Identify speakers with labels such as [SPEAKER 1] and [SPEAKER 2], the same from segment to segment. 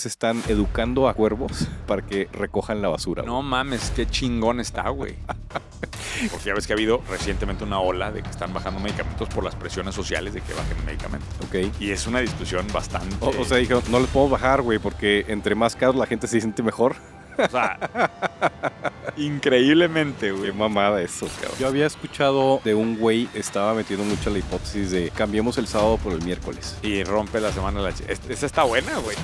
[SPEAKER 1] se están educando a cuervos para que recojan la basura. güey.
[SPEAKER 2] No mames, qué chingón está, güey. Porque ya ves que ha habido recientemente una ola de que están bajando medicamentos por las presiones sociales de que bajen medicamentos.
[SPEAKER 1] Ok.
[SPEAKER 2] Y es una discusión bastante.
[SPEAKER 1] O, o sea, dijeron, no le puedo bajar, güey, porque entre más caros la gente se siente mejor.
[SPEAKER 2] o sea, increíblemente,
[SPEAKER 1] Qué
[SPEAKER 2] güey.
[SPEAKER 1] mamada eso, cabrón.
[SPEAKER 3] Yo había escuchado
[SPEAKER 1] De un güey estaba metiendo mucho la hipótesis de cambiemos el sábado por el miércoles.
[SPEAKER 2] Y rompe la semana la. chi- Es- Esa está buena, güey.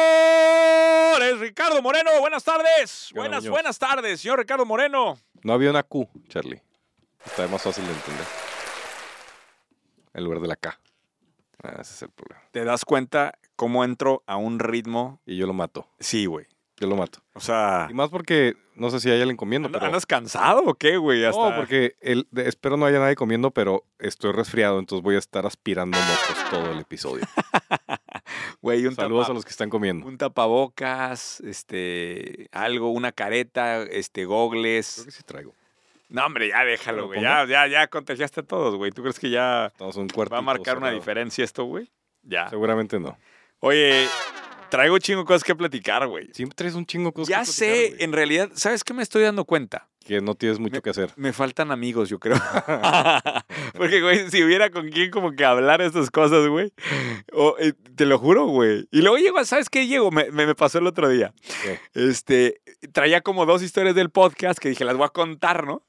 [SPEAKER 2] Emprendedores, Ricardo Moreno, buenas tardes.
[SPEAKER 1] ¿Qué onda,
[SPEAKER 2] Buenas,
[SPEAKER 1] Muñoz?
[SPEAKER 2] buenas tardes, señor Ricardo Moreno.
[SPEAKER 1] No había una Q, Charlie. Está más fácil de entender. En lugar de la K. Ah, ese es el problema.
[SPEAKER 2] ¿Te das cuenta cómo entro a un ritmo?
[SPEAKER 1] Y yo lo mato.
[SPEAKER 2] Sí, güey.
[SPEAKER 1] Yo lo mato.
[SPEAKER 2] O sea,
[SPEAKER 1] Y más porque Ah. no sé si hay alguien comiendo,
[SPEAKER 2] ¿and-
[SPEAKER 1] pero.
[SPEAKER 2] ¿andas cansado o qué, güey? Ya
[SPEAKER 1] No,
[SPEAKER 2] está.
[SPEAKER 1] porque el, de- espero no haya nadie comiendo, pero estoy resfriado, entonces voy a estar aspirando mocos todo el episodio.
[SPEAKER 2] Güey, un
[SPEAKER 1] Saludos
[SPEAKER 2] tapa-
[SPEAKER 1] a los que están comiendo.
[SPEAKER 2] un tapabocas, este, algo, una careta, este,
[SPEAKER 1] Creo
[SPEAKER 2] gogles.
[SPEAKER 1] que sí traigo.
[SPEAKER 2] No, hombre, ya déjalo,
[SPEAKER 1] ¿Lo
[SPEAKER 2] güey.
[SPEAKER 1] pongo?
[SPEAKER 2] Ya, ya, ya contagiaste a todos, güey. ¿Tú crees que ya
[SPEAKER 1] Estamos en un cuarto.
[SPEAKER 2] va a marcar una diferencia esto, güey? Ya.
[SPEAKER 1] Seguramente no.
[SPEAKER 2] Oye, traigo chingo cosas que platicar, güey.
[SPEAKER 1] Siempre traes un chingo de cosas.
[SPEAKER 2] Ya
[SPEAKER 1] que
[SPEAKER 2] sé,
[SPEAKER 1] platicar, güey,
[SPEAKER 2] en realidad, ¿sabes qué me estoy dando cuenta?
[SPEAKER 1] que no tienes mucho que hacer.
[SPEAKER 2] Me faltan amigos, yo creo. Porque, güey, si hubiera con quién como que hablar estas cosas, güey. O, eh, te lo juro, güey. Y luego llego, a- ¿sabes qué? Llego, me, me- me pasó el otro día.
[SPEAKER 1] ¿Qué?
[SPEAKER 2] Este, traía como dos historias del podcast que dije, las voy a contar, ¿no?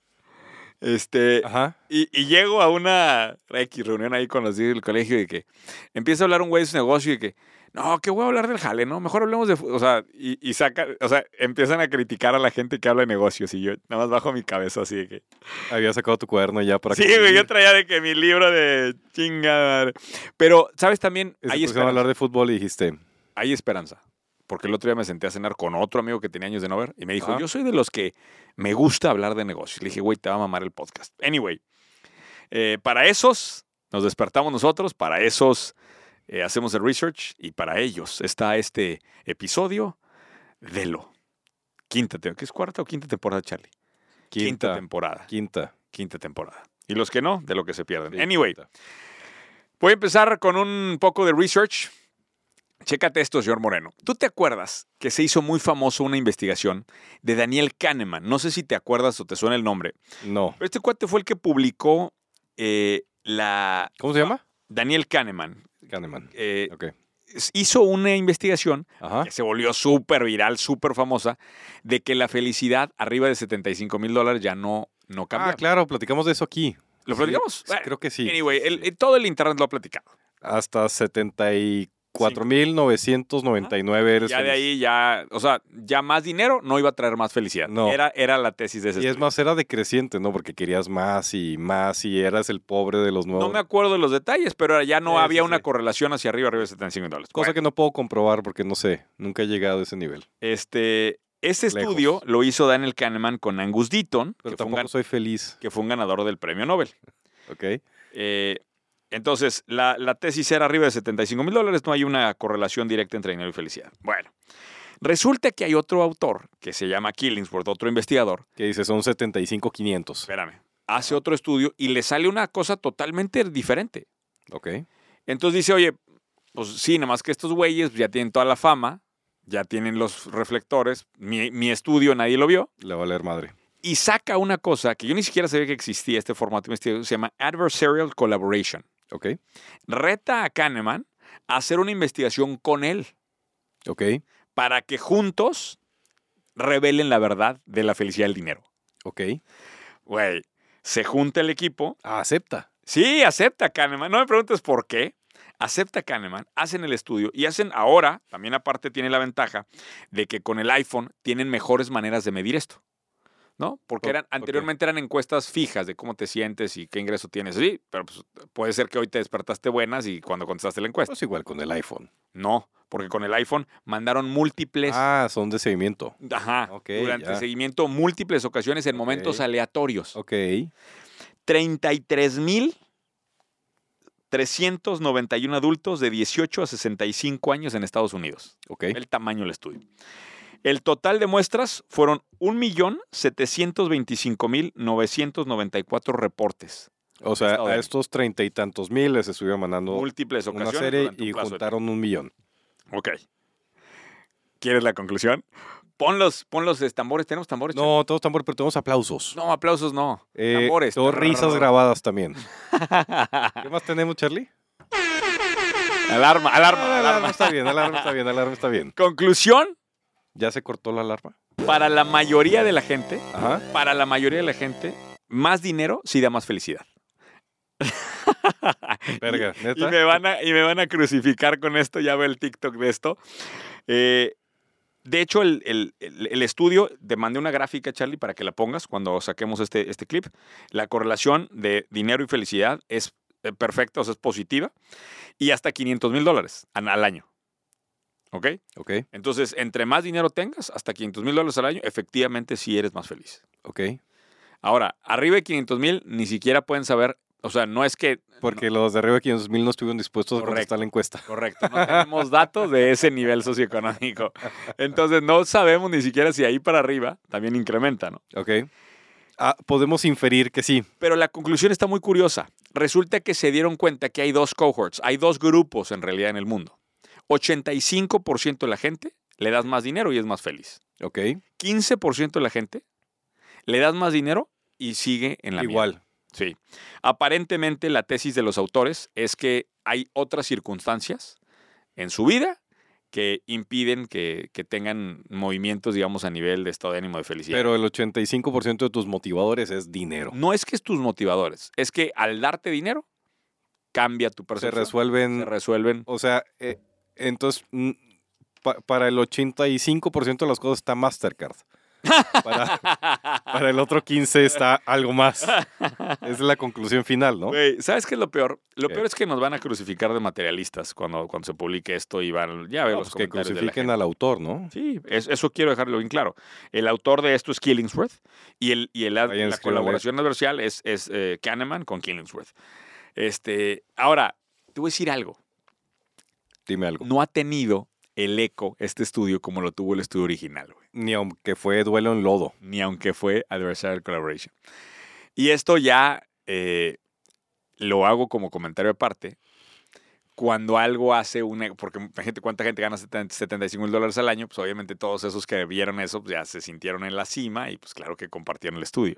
[SPEAKER 2] Este,
[SPEAKER 1] Ajá.
[SPEAKER 2] y, y llego a una X reunión ahí con los del colegio y que empieza a hablar un güey de su negocio y que, no, que voy a hablar del jale, ¿no? Mejor hablemos de... fu-". O sea, y, y saca, o sea, empiezan a criticar a la gente que habla de negocios y yo nada más bajo mi cabeza así de que...
[SPEAKER 1] Había sacado tu cuaderno ya para
[SPEAKER 2] Sí, güey, yo traía de que mi libro de chinga madre. Pero, ¿sabes también? Hay
[SPEAKER 1] Ahí
[SPEAKER 2] esperanza.
[SPEAKER 1] hablar de fútbol y dijiste,
[SPEAKER 2] Hay esperanza. Porque el otro día me senté a cenar con otro amigo que tenía años de no ver y me dijo,
[SPEAKER 1] Ajá.
[SPEAKER 2] yo soy de los que me gusta hablar de negocios. Le dije, güey, te va a mamar el podcast. Anyway, eh, para esos nos despertamos nosotros, para esos eh, hacemos el research y para ellos está este episodio de lo. Quinta temporada. ¿Qué es cuarta o quinta temporada, Charlie?
[SPEAKER 1] quinta, quinta.
[SPEAKER 2] temporada. Quinta temporada. Y los que no, de lo que se pierden.
[SPEAKER 1] Sí,
[SPEAKER 2] anyway,
[SPEAKER 1] quinta.
[SPEAKER 2] Voy a empezar con un poco de research. Chécate esto, señor Moreno. ¿Tú te acuerdas que se hizo muy famoso una investigación de Daniel Kahneman? No sé si te acuerdas o te suena el nombre.
[SPEAKER 1] No.
[SPEAKER 2] Pero este cuate fue el que publicó eh, la...
[SPEAKER 1] ¿Cómo se llama?
[SPEAKER 2] Daniel Kahneman.
[SPEAKER 1] Kahneman.
[SPEAKER 2] eh,
[SPEAKER 1] Ok.
[SPEAKER 2] hizo una investigación
[SPEAKER 1] Ajá.
[SPEAKER 2] que se volvió súper viral, súper famosa, de que la felicidad arriba de 75 mil dólares ya no, no cambia.
[SPEAKER 1] Ah, claro, platicamos de eso aquí.
[SPEAKER 2] ¿Lo
[SPEAKER 1] Sí,
[SPEAKER 2] platicamos?
[SPEAKER 1] sí,
[SPEAKER 2] Bueno,
[SPEAKER 1] creo que sí.
[SPEAKER 2] Anyway, el- el- todo el internet lo ha platicado.
[SPEAKER 1] Hasta 74,999 eres
[SPEAKER 2] Ya de
[SPEAKER 1] feliz.
[SPEAKER 2] ahí ya, o sea, ya más dinero no iba a traer más felicidad.
[SPEAKER 1] No.
[SPEAKER 2] Era, era la tesis de ese
[SPEAKER 1] Y es
[SPEAKER 2] estudio.
[SPEAKER 1] más, era decreciente, ¿no? Porque querías más y más y eras el pobre de los nuevos.
[SPEAKER 2] No me acuerdo de los detalles, pero ya no
[SPEAKER 1] Sí, sí,
[SPEAKER 2] había una
[SPEAKER 1] sí.
[SPEAKER 2] correlación hacia arriba, arriba de 75 dólares.
[SPEAKER 1] Cosa
[SPEAKER 2] Bueno,
[SPEAKER 1] que no puedo comprobar porque no sé, nunca he llegado a ese nivel.
[SPEAKER 2] este, este
[SPEAKER 1] Lejos.
[SPEAKER 2] estudio lo hizo Daniel Kahneman con Angus Deaton,
[SPEAKER 1] Pero
[SPEAKER 2] que fue, un,
[SPEAKER 1] tampoco
[SPEAKER 2] gan-
[SPEAKER 1] soy feliz,
[SPEAKER 2] que fue un ganador del premio Nobel.
[SPEAKER 1] ¿ok?
[SPEAKER 2] Eh, entonces, la, la tesis era arriba de 75 mil dólares, no hay una correlación directa entre dinero y felicidad. Bueno, resulta que hay otro autor que se llama Killingsworth, otro investigador,
[SPEAKER 1] Que dice, son 75,500.
[SPEAKER 2] espérame, hace otro estudio y le sale una cosa totalmente diferente.
[SPEAKER 1] ¿Ok?
[SPEAKER 2] Entonces dice, oye, pues sí, nada más que estos güeyes ya tienen toda la fama, ya tienen los reflectores, mi, mi estudio nadie lo vio,
[SPEAKER 1] Le va a leer madre.
[SPEAKER 2] y saca una cosa que yo ni siquiera sabía que existía este formato de investigación, se llama Adversarial Collaboration.
[SPEAKER 1] ¿Ok?
[SPEAKER 2] Reta a Kahneman a hacer una investigación con él
[SPEAKER 1] ¿Ok?
[SPEAKER 2] para que juntos revelen la verdad de la felicidad del dinero.
[SPEAKER 1] ¿Ok?
[SPEAKER 2] Güey, se junta el equipo,
[SPEAKER 1] Ah, acepta.
[SPEAKER 2] Sí, acepta Kahneman. No me preguntes por qué. Acepta Kahneman, hacen el estudio y hacen ahora, también aparte tiene la ventaja de que con el iPhone tienen mejores maneras de medir esto. ¿No? Porque
[SPEAKER 1] Ok,
[SPEAKER 2] eran,
[SPEAKER 1] ok.
[SPEAKER 2] anteriormente eran encuestas fijas de cómo te sientes y qué ingreso tienes. Sí, pero pues, puede ser que hoy te despertaste buenas y cuando contestaste la encuesta.
[SPEAKER 1] Pues igual con el iPhone.
[SPEAKER 2] No, porque con el iPhone mandaron múltiples.
[SPEAKER 1] Ah, son de seguimiento.
[SPEAKER 2] Ajá,
[SPEAKER 1] ok,
[SPEAKER 2] durante
[SPEAKER 1] ya.
[SPEAKER 2] el seguimiento, múltiples ocasiones en
[SPEAKER 1] Ok.
[SPEAKER 2] momentos aleatorios.
[SPEAKER 1] Ok.
[SPEAKER 2] 33.391 adultos de 18 a 65 años en Estados Unidos.
[SPEAKER 1] ¿Ok?
[SPEAKER 2] El tamaño del estudio. El total de muestras fueron 1.725.994 reportes.
[SPEAKER 1] O sea,
[SPEAKER 2] Estado de
[SPEAKER 1] a
[SPEAKER 2] ánimo.
[SPEAKER 1] estos treinta y tantos mil les estuvieron mandando
[SPEAKER 2] múltiples
[SPEAKER 1] Oh, una
[SPEAKER 2] ocasiones.
[SPEAKER 1] serie
[SPEAKER 2] durante un
[SPEAKER 1] y
[SPEAKER 2] plazo de
[SPEAKER 1] juntaron un millón.
[SPEAKER 2] tiempo. Ok. ¿Quieres la conclusión? Pon los, pon los eh, tambores. ¿Tenemos tambores?
[SPEAKER 1] No, todos tambores, pero tenemos aplausos.
[SPEAKER 2] Charlie? No, aplausos no.
[SPEAKER 1] Eh,
[SPEAKER 2] tambores.
[SPEAKER 1] Dos risas grabadas también. ¿Qué más tenemos, Charlie?
[SPEAKER 2] alarma, alarma, alarma.
[SPEAKER 1] está bien, alarma está bien, alarma está bien.
[SPEAKER 2] Conclusión,
[SPEAKER 1] ¿Ya se cortó la alarma?
[SPEAKER 2] para la mayoría de la gente,
[SPEAKER 1] Ajá.
[SPEAKER 2] para la mayoría de la gente, más dinero sí da más felicidad.
[SPEAKER 1] Verga,
[SPEAKER 2] Y
[SPEAKER 1] neta.
[SPEAKER 2] me, van a, y me van a crucificar con esto, ya veo el TikTok de esto. Eh, de hecho, el, el- el- el estudio, te mandé una gráfica, Charlie, para que la pongas cuando saquemos este, este clip. La correlación de dinero y felicidad es eh, perfecta, o sea, es positiva, y hasta 500 mil dólares an- al año. ¿Ok?
[SPEAKER 1] Ok,
[SPEAKER 2] Entonces, entre más dinero tengas, hasta 500 mil dólares al año, efectivamente sí eres más feliz.
[SPEAKER 1] ok.
[SPEAKER 2] Ahora, arriba de 500 mil ni siquiera pueden saber, o sea, no es que...
[SPEAKER 1] Porque los de arriba de 500 mil no estuvieron dispuestos
[SPEAKER 2] Correcto.
[SPEAKER 1] a contestar la encuesta.
[SPEAKER 2] Correcto, no tenemos datos de ese nivel socioeconómico. Entonces, no sabemos ni siquiera si ahí para arriba también incrementa, ¿no?
[SPEAKER 1] Ok. Ah, podemos inferir que sí.
[SPEAKER 2] Pero la conclusión está muy curiosa. Resulta que se dieron cuenta que hay dos cohorts, hay dos grupos en realidad en el mundo. 85% de la gente le das más dinero y es más feliz.
[SPEAKER 1] Ok.
[SPEAKER 2] 15% de la gente le das más dinero y sigue en la mierda.
[SPEAKER 1] Igual.
[SPEAKER 2] Sí. Aparentemente la tesis de los autores es que hay otras circunstancias en su vida que impiden que, que tengan movimientos, digamos, a nivel de estado de ánimo de felicidad.
[SPEAKER 1] Pero el 85% de tus motivadores es dinero.
[SPEAKER 2] no es que es tus motivadores, es que al darte dinero cambia tu
[SPEAKER 1] Se
[SPEAKER 2] percepción.
[SPEAKER 1] resuelven.
[SPEAKER 2] se resuelven.
[SPEAKER 1] O sea, eh, entonces, mm, pa- para el 85% de las cosas está Mastercard. Para, para el otro 15% está algo más. Esa es la conclusión final, ¿no?
[SPEAKER 2] Güey, ¿Sabes qué es lo peor? Lo
[SPEAKER 1] ¿Qué?
[SPEAKER 2] peor es que nos van a crucificar de materialistas cuando, cuando se publique esto y van, ya veo
[SPEAKER 1] No,
[SPEAKER 2] los
[SPEAKER 1] pues que
[SPEAKER 2] comentarios de la gente.
[SPEAKER 1] crucifiquen al autor, ¿no?
[SPEAKER 2] Sí, es- eso quiero dejarlo bien claro. El autor de esto es Killingsworth y, el, y el- la
[SPEAKER 1] Vayan, escríbanle.
[SPEAKER 2] colaboración adversarial es, es eh, Kahneman con Killingsworth. Este, ahora, te voy a decir algo.
[SPEAKER 1] Dime algo.
[SPEAKER 2] No ha tenido el eco este estudio como lo tuvo el estudio original, güey.
[SPEAKER 1] Ni aunque fue duelo en lodo.
[SPEAKER 2] ni aunque fue Adversarial Collaboration. Y esto ya eh, lo hago como comentario aparte. Cuando algo hace una. Porque imagínate cuánta gente gana 70 75 mil dólares al año, pues obviamente todos esos que vieron eso pues ya se sintieron en la cima y pues claro que compartieron el estudio.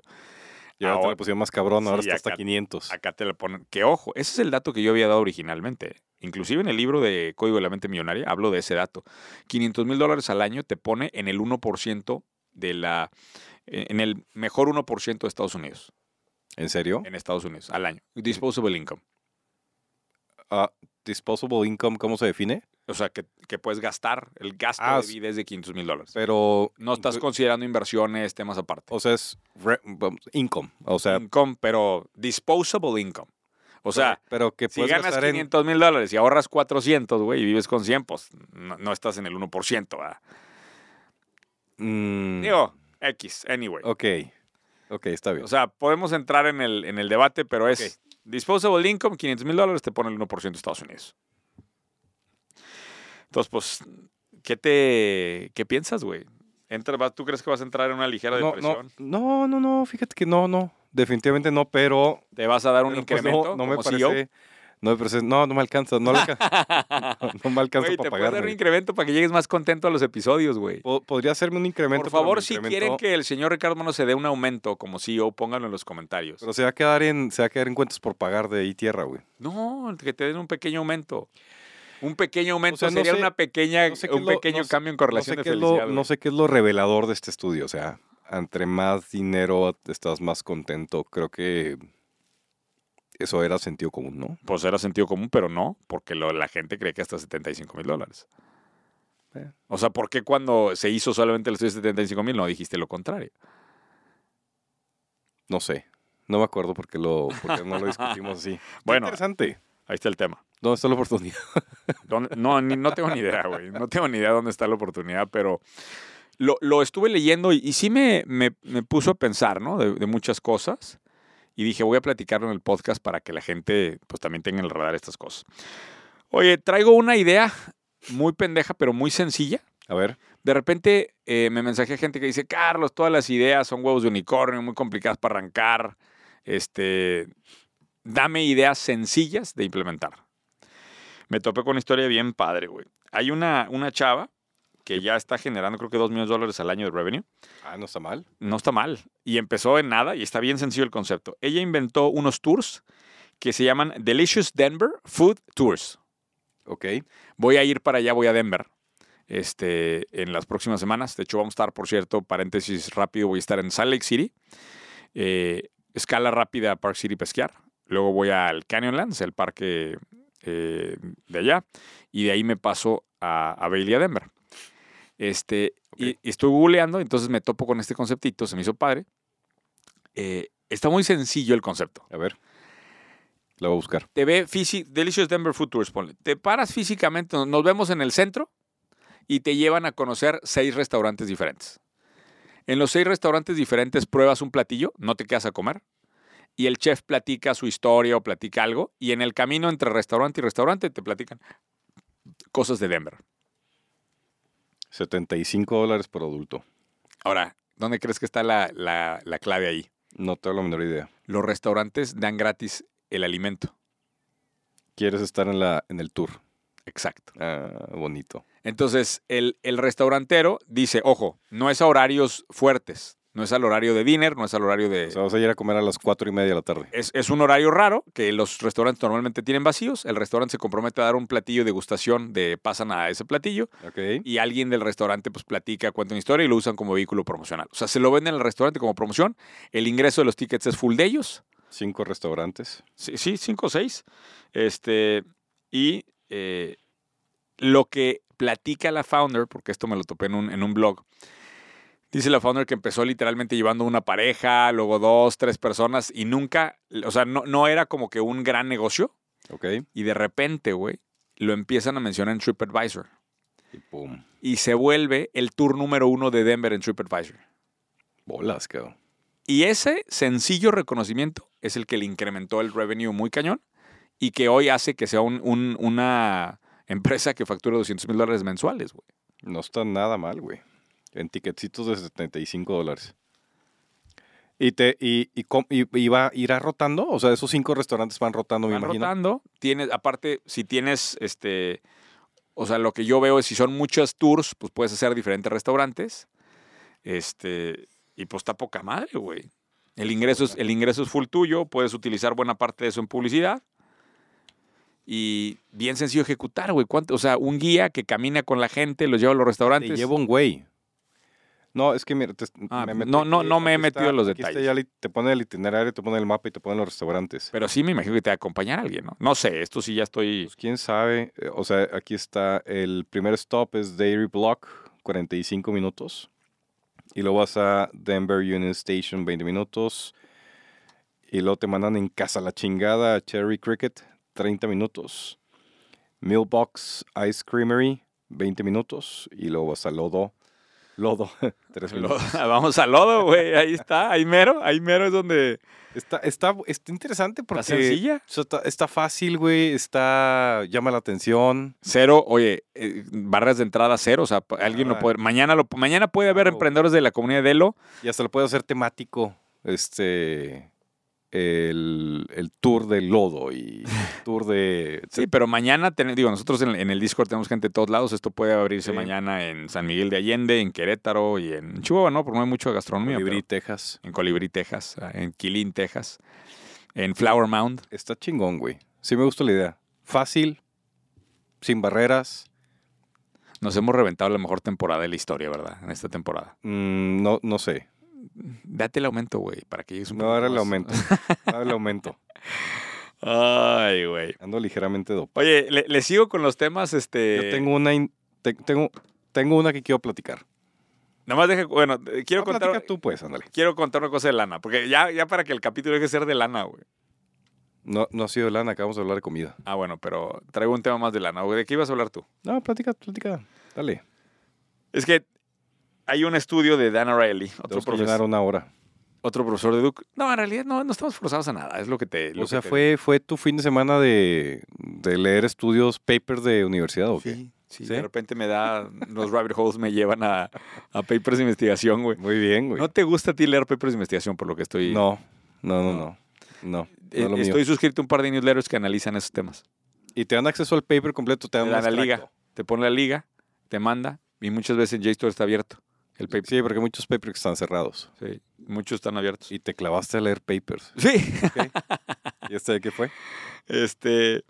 [SPEAKER 1] Y ahora te
[SPEAKER 2] Ahora-
[SPEAKER 1] la pusieron más cabrón, ahora
[SPEAKER 2] Ah, Sí,
[SPEAKER 1] está hasta
[SPEAKER 2] acá-
[SPEAKER 1] 500.
[SPEAKER 2] Acá te lo ponen. Que ojo, ese es el dato que yo había dado originalmente. Inclusive en el libro de Código de la Mente Millonaria hablo de ese dato. 500 mil dólares al año te pone en el 1% de la... e, En el mejor 1% de Estados Unidos.
[SPEAKER 1] ¿En serio?
[SPEAKER 2] En Estados Unidos, al año. Disposable income.
[SPEAKER 1] Ah, disposable income, ¿cómo se define?
[SPEAKER 2] O sea, que, que puedes gastar. El gasto
[SPEAKER 1] Ah,
[SPEAKER 2] de vida es de 500 mil dólares.
[SPEAKER 1] Pero...
[SPEAKER 2] No estás
[SPEAKER 1] inclu-
[SPEAKER 2] considerando inversiones, temas aparte.
[SPEAKER 1] O sea, es re- vamos, income. O sea,
[SPEAKER 2] Income, pero disposable income. O sea,
[SPEAKER 1] pero que
[SPEAKER 2] Si
[SPEAKER 1] puedes
[SPEAKER 2] ganas
[SPEAKER 1] gastar en...
[SPEAKER 2] 500 mil dólares y ahorras 400, güey, y vives con 100, pues no, no estás en el 1%, ¿verdad?
[SPEAKER 1] Mm,
[SPEAKER 2] Digo, X, anyway.
[SPEAKER 1] ok. Ok, está bien.
[SPEAKER 2] O sea, podemos entrar en el, en el debate, pero es disposable income, 500 mil dólares te pone el 1% de Estados Unidos. Entonces, pues, ¿qué te qué piensas, güey? Entra- va- ¿Tú crees que vas a entrar en una ligera
[SPEAKER 1] no, no,
[SPEAKER 2] depresión?
[SPEAKER 1] no, no, no, fíjate que no, no. Definitivamente no, pero.
[SPEAKER 2] ¿Te vas a dar un
[SPEAKER 1] pero pues
[SPEAKER 2] incremento?
[SPEAKER 1] no, no me
[SPEAKER 2] como E CEO?
[SPEAKER 1] parece. No me parece. No, no me alcanza. No, le alca- no, no me alcanza
[SPEAKER 2] Güey, te
[SPEAKER 1] para
[SPEAKER 2] puedes dar un
[SPEAKER 1] pagarme.
[SPEAKER 2] incremento para que llegues más contento a los episodios, güey.
[SPEAKER 1] Po- Podría hacerme un incremento.
[SPEAKER 2] Por
[SPEAKER 1] pero mi
[SPEAKER 2] favor, si
[SPEAKER 1] incremento-
[SPEAKER 2] quieren que el señor Ricardo Mano se dé un aumento como CEO, pónganlo en los comentarios.
[SPEAKER 1] Pero se va a quedar en, se va a quedar en cuentas por pagar de ahí tierra, güey.
[SPEAKER 2] No, que te den un pequeño aumento. Un pequeño aumento
[SPEAKER 1] O sea, no
[SPEAKER 2] sería
[SPEAKER 1] sé-
[SPEAKER 2] una pequeña,
[SPEAKER 1] no sé qué
[SPEAKER 2] un
[SPEAKER 1] es lo-
[SPEAKER 2] pequeño
[SPEAKER 1] no sé-
[SPEAKER 2] cambio en
[SPEAKER 1] No
[SPEAKER 2] correlación
[SPEAKER 1] sé, qué
[SPEAKER 2] de
[SPEAKER 1] es lo,
[SPEAKER 2] felicidad.
[SPEAKER 1] no
[SPEAKER 2] güey.
[SPEAKER 1] sé qué es lo revelador de este estudio. O sea, entre más dinero estás más contento. Creo que eso era sentido común, ¿no?
[SPEAKER 2] Pues era sentido común, pero no, porque lo- la gente cree que hasta 75 mil dólares.
[SPEAKER 1] Eh.
[SPEAKER 2] O sea, ¿por qué cuando se hizo solamente el estudio de 75 mil no dijiste lo contrario?
[SPEAKER 1] No sé. No me acuerdo por qué, lo, por qué no lo discutimos así. Qué
[SPEAKER 2] Bueno.
[SPEAKER 1] Interesante.
[SPEAKER 2] Ahí está el tema.
[SPEAKER 1] ¿Dónde está la oportunidad?
[SPEAKER 2] ¿Dónde- No, ni- no tengo ni idea, güey. No tengo ni idea dónde está la oportunidad, pero lo, lo estuve leyendo y, y sí me, me- me puso a pensar, ¿no? De, de muchas cosas. Y dije, voy a platicarlo en el podcast para que la gente, pues también tenga en el radar estas cosas. Oye, traigo una idea muy pendeja, pero muy sencilla.
[SPEAKER 1] A ver,
[SPEAKER 2] De repente eh, me mensajé gente que dice, Carlos, todas las ideas son huevos de unicornio, muy complicadas para arrancar. Este, dame ideas sencillas de implementar. Me topé con una historia bien padre, güey. Hay una, una chava que ya está generando creo que 2 millones de dólares al año de revenue.
[SPEAKER 1] Ah, no está mal.
[SPEAKER 2] No está mal. Y empezó en nada y está bien sencillo el concepto. Ella inventó unos tours que se llaman Delicious Denver Food Tours.
[SPEAKER 1] Ok.
[SPEAKER 2] Voy a ir para allá, voy a Denver. Este, en las próximas semanas. De hecho, vamos a estar, por cierto, paréntesis rápido, voy a estar en Salt Lake City. Eh, escala rápida a Park City pesquear. Luego voy al Canyonlands, el parque eh, de allá. Y de ahí me paso a, a Bailey a Denver. Este,
[SPEAKER 1] Ok.
[SPEAKER 2] y, y estoy googleando, entonces me topo con este conceptito, se me hizo padre. Eh, está muy sencillo el concepto
[SPEAKER 1] A ver. La voy a buscar.
[SPEAKER 2] te ve físi- Delicious Denver Food Tours, ponle. Te paras físicamente, nos vemos en el centro y te llevan a conocer seis restaurantes diferentes. En los seis restaurantes diferentes pruebas un platillo, no te quedas a comer, y el chef platica su historia o platica algo, y en el camino entre restaurante y restaurante te platican cosas de Denver.
[SPEAKER 1] 75 dólares por adulto.
[SPEAKER 2] Ahora, ¿dónde crees que está la, la- la clave ahí?
[SPEAKER 1] No tengo la menor idea.
[SPEAKER 2] Los restaurantes dan gratis el alimento.
[SPEAKER 1] Quieres estar en, la, en el tour.
[SPEAKER 2] Exacto.
[SPEAKER 1] Ah, bonito.
[SPEAKER 2] Entonces, el, el restaurantero dice, ojo, no es a horarios fuertes, no es al horario de dinner, no es al horario de...
[SPEAKER 1] O sea, vas a ir a comer a las 4 y media de la tarde.
[SPEAKER 2] es, es un horario raro que los restaurantes normalmente tienen vacíos. El restaurante se compromete a dar un platillo de gustación de pasan a ese platillo
[SPEAKER 1] Ok.
[SPEAKER 2] y alguien del restaurante pues platica, cuenta una historia y lo usan como vehículo promocional. O sea, se lo venden al restaurante como promoción. El ingreso de los tickets es full de ellos.
[SPEAKER 1] Cinco restaurantes.
[SPEAKER 2] Sí, sí, cinco o seis. Este, y eh, lo que platica la founder, porque esto me lo topé en un, en un blog, dice la founder que empezó literalmente llevando una pareja, luego dos, tres personas, y nunca, o sea, no, no era como que un gran negocio,
[SPEAKER 1] Ok.
[SPEAKER 2] y de repente, güey, lo empiezan a mencionar en TripAdvisor,
[SPEAKER 1] Y pum.
[SPEAKER 2] y se vuelve el tour número uno de Denver en TripAdvisor.
[SPEAKER 1] Bolas, cabrón.
[SPEAKER 2] Y ese sencillo reconocimiento es el que le incrementó el revenue muy cañón y que hoy hace que sea un- un- una empresa que factura 200 mil dólares mensuales, güey.
[SPEAKER 1] No está nada mal, güey. En tiquetitos de 75 dólares. ¿Y, te, y, y, com- y- y va, irá rotando? O sea, esos cinco restaurantes van rotando, me
[SPEAKER 2] Van
[SPEAKER 1] imagino.
[SPEAKER 2] rotando. Tienes, aparte, si tienes, este, o sea, lo que yo veo es si son muchas tours, pues puedes hacer diferentes restaurantes. Este, y pues está poca madre, güey. El ingreso, es, el ingreso es full tuyo, puedes utilizar buena parte de eso en publicidad. Y bien sencillo ejecutar, güey. ¿Cuánto? O sea, un guía que camina con la gente, los lleva a los
[SPEAKER 1] Te
[SPEAKER 2] restaurantes.
[SPEAKER 1] llevo un güey. No, es que mira, te-
[SPEAKER 2] Ah,
[SPEAKER 1] metí
[SPEAKER 2] no, no,
[SPEAKER 1] aquí,
[SPEAKER 2] no me he
[SPEAKER 1] aquí está-
[SPEAKER 2] metido en los
[SPEAKER 1] aquí está
[SPEAKER 2] detalles.
[SPEAKER 1] ya el it- te pone el itinerario, te pone el mapa y te pone los restaurantes.
[SPEAKER 2] Pero sí me imagino que te va a acompañar alguien, ¿no? No sé, esto sí ya estoy.
[SPEAKER 1] Pues quién sabe, eh, o sea, aquí está el primer stop es Dairy Block, 45 minutos. Y luego vas a Denver Union Station, 20 minutos. Y luego te mandan en casa la chingada a Cherry Cricket, 30 minutos. Millbox Ice Creamery, 20 minutos. Y luego vas a Lodo. Lodo, 3 minutos.
[SPEAKER 2] Vamos al lodo, güey. Ahí está, ahí mero, ahí mero es donde.
[SPEAKER 1] Está, está, está interesante porque.
[SPEAKER 2] sencilla.
[SPEAKER 1] o sea, está, está fácil, güey. Está. llama la atención.
[SPEAKER 2] Cero, oye, eh, barras de entrada cero, o sea, pa- alguien lo
[SPEAKER 1] Nada.
[SPEAKER 2] puede, mañana lo, mañana puede haber
[SPEAKER 1] Claro.
[SPEAKER 2] emprendedores de la comunidad de Elo.
[SPEAKER 1] Y hasta lo puede hacer temático. Este. El, el tour de lodo y el tour de.
[SPEAKER 2] Sí, pero mañana, ten- digo, nosotros en, el- en el Discord tenemos gente de todos lados, esto puede abrirse
[SPEAKER 1] Sí.
[SPEAKER 2] mañana en San Miguel de Allende, en Querétaro y en Chihuahua, ¿no? Porque no hay mucho de gastronomía.
[SPEAKER 1] Colibrí,
[SPEAKER 2] pero-
[SPEAKER 1] Texas.
[SPEAKER 2] en Colibrí, Texas, ah, en Quilín, Texas, en Flower Mound.
[SPEAKER 1] Está chingón, güey. Sí me gusta la idea. Fácil, sin barreras.
[SPEAKER 2] Nos hemos reventado la mejor temporada de la historia, ¿verdad? En esta temporada.
[SPEAKER 1] Mm, no, no sé.
[SPEAKER 2] Date el aumento, güey, para que llegues un
[SPEAKER 1] No
[SPEAKER 2] poquito
[SPEAKER 1] ahora el
[SPEAKER 2] más.
[SPEAKER 1] aumento. No el aumento.
[SPEAKER 2] Ay, güey.
[SPEAKER 1] Ando ligeramente dopado.
[SPEAKER 2] Oye, le, le sigo con los temas, este...
[SPEAKER 1] Yo tengo una, in- te- tengo, tengo una que quiero platicar.
[SPEAKER 2] Nomás deja... Bueno, eh, quiero
[SPEAKER 1] Ah, platica
[SPEAKER 2] contar...
[SPEAKER 1] tú, pues, ándale.
[SPEAKER 2] Quiero contar una cosa de lana, porque ya, ya para que el capítulo deje de ser de lana, güey.
[SPEAKER 1] No, no ha sido lana, acabamos de hablar de comida.
[SPEAKER 2] Ah, bueno, pero traigo un tema más de lana. güey. ¿De qué ibas a hablar tú?
[SPEAKER 1] No, platica, platica. Dale.
[SPEAKER 2] Es que hay un estudio de Dan O'Reilly, otro,
[SPEAKER 1] Tenemos que
[SPEAKER 2] profesor-
[SPEAKER 1] llenar una hora.
[SPEAKER 2] otro profesor de Duke. No, en realidad no, no estamos forzados a nada, es lo que te... Eh, lo
[SPEAKER 1] O sea,
[SPEAKER 2] que te-
[SPEAKER 1] fue, fue tu fin de semana de, de leer estudios, papers de universidad o qué?
[SPEAKER 2] Sí, Sí,
[SPEAKER 1] ¿Sí?
[SPEAKER 2] de repente me da, los rabbit holes me llevan a, a papers de investigación, güey.
[SPEAKER 1] Muy bien, güey.
[SPEAKER 2] ¿No te gusta a ti leer papers de investigación por lo que estoy...
[SPEAKER 1] No, no, no, no. No,
[SPEAKER 2] Eh,
[SPEAKER 1] no lo mío.
[SPEAKER 2] estoy suscrito a un par de newsletters que analizan esos temas.
[SPEAKER 1] Y te dan acceso al paper completo, te
[SPEAKER 2] Te
[SPEAKER 1] dan
[SPEAKER 2] dan
[SPEAKER 1] un
[SPEAKER 2] la
[SPEAKER 1] extracto.
[SPEAKER 2] liga, te pone la liga, te manda y muchas veces en JSTOR está abierto el paper.
[SPEAKER 1] Sí, porque muchos papers están cerrados.
[SPEAKER 2] Sí, muchos están abiertos.
[SPEAKER 1] Y te clavaste a leer papers.
[SPEAKER 2] Sí.
[SPEAKER 1] ¿Y este de qué fue?
[SPEAKER 2] Este,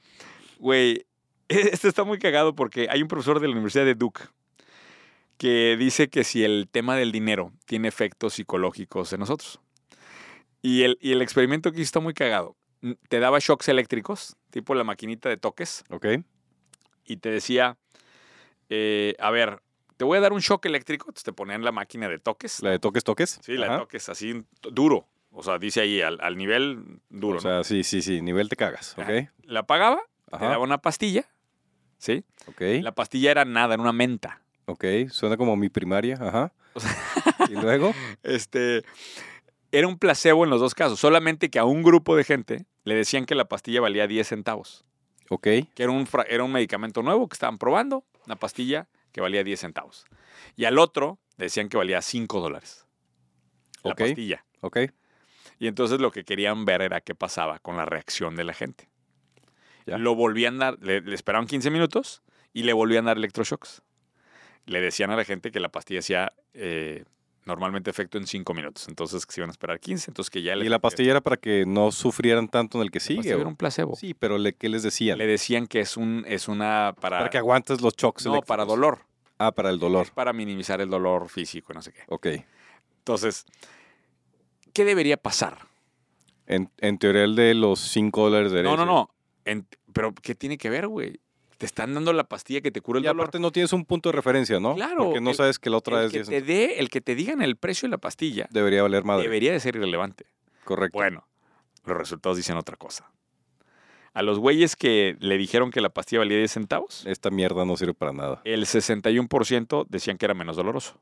[SPEAKER 2] güey, este está muy cagado porque hay un profesor de la Universidad de Duke que dice que si el tema del dinero tiene efectos psicológicos en nosotros. Y el, y el experimento que hizo está muy cagado. N- Te daba shocks eléctricos, tipo la maquinita de toques,
[SPEAKER 1] ¿Ok?
[SPEAKER 2] y te decía, eh, a ver, te voy a dar un shock eléctrico, entonces te ponían la máquina de toques.
[SPEAKER 1] ¿La de toques, toques?
[SPEAKER 2] sí, la
[SPEAKER 1] Ajá.
[SPEAKER 2] de toques, así t- duro. O sea, dice ahí, al, al nivel duro.
[SPEAKER 1] O sea, sí, sí, sí. Nivel te cagas.
[SPEAKER 2] Ajá.
[SPEAKER 1] ¿Ok?
[SPEAKER 2] ¿no? La apagaba te
[SPEAKER 1] Ajá.
[SPEAKER 2] daba una pastilla, ¿sí?
[SPEAKER 1] Ok.
[SPEAKER 2] La pastilla era nada, era una menta.
[SPEAKER 1] Ok. Suena como mi primaria. Ajá.
[SPEAKER 2] O sea-
[SPEAKER 1] ¿Y luego?
[SPEAKER 2] Este, era un placebo en los dos casos, solamente que a un grupo de gente le decían que la pastilla valía 10 centavos,
[SPEAKER 1] Ok.
[SPEAKER 2] que era un, fra- era un medicamento nuevo que estaban probando, una pastilla que valía 10 centavos. Y al otro le decían que valía 5 dólares la
[SPEAKER 1] Ok.
[SPEAKER 2] pastilla.
[SPEAKER 1] Ok.
[SPEAKER 2] Y entonces lo que querían ver era qué pasaba con la reacción de la gente.
[SPEAKER 1] Ya.
[SPEAKER 2] Lo volvían a dar, le, le esperaban 15 minutos y le volvían a dar electroshocks. Le decían a la gente que la pastilla hacía eh, normalmente efecto en 5 minutos, entonces que se iban a esperar 15, entonces que ya el
[SPEAKER 1] Y la
[SPEAKER 2] efecto-
[SPEAKER 1] pastilla era para que no sufrieran tanto en el que
[SPEAKER 2] la pastilla
[SPEAKER 1] sigue.
[SPEAKER 2] era
[SPEAKER 1] ¿o?
[SPEAKER 2] un placebo.
[SPEAKER 1] Sí, pero le- ¿qué les decían?
[SPEAKER 2] Le decían que es un es una para
[SPEAKER 1] Para que aguantes los shocks.
[SPEAKER 2] no, para
[SPEAKER 1] eléctricos.
[SPEAKER 2] dolor,
[SPEAKER 1] Ah, para el dolor.
[SPEAKER 2] es para minimizar el dolor físico, y no sé qué.
[SPEAKER 1] Ok.
[SPEAKER 2] Entonces, ¿qué debería pasar?
[SPEAKER 1] En, en teoría, el de los 5 dólares de
[SPEAKER 2] No, no,
[SPEAKER 1] herencia.
[SPEAKER 2] no. En- pero ¿qué tiene que ver, güey? Te están dando la pastilla que te cura el
[SPEAKER 1] Y
[SPEAKER 2] dolor.
[SPEAKER 1] aparte no tienes un punto de referencia, ¿no?
[SPEAKER 2] Claro,
[SPEAKER 1] Porque no
[SPEAKER 2] el-
[SPEAKER 1] sabes que la otra
[SPEAKER 2] el
[SPEAKER 1] vez
[SPEAKER 2] que
[SPEAKER 1] 10
[SPEAKER 2] te dé, el que te digan el precio de la pastilla
[SPEAKER 1] debería valer madre.
[SPEAKER 2] debería de ser irrelevante.
[SPEAKER 1] Correcto.
[SPEAKER 2] Bueno, los resultados dicen otra cosa. A los güeyes que le dijeron que la pastilla valía 10 centavos,
[SPEAKER 1] Esta mierda no sirve para nada.
[SPEAKER 2] el 61% decían que era menos doloroso.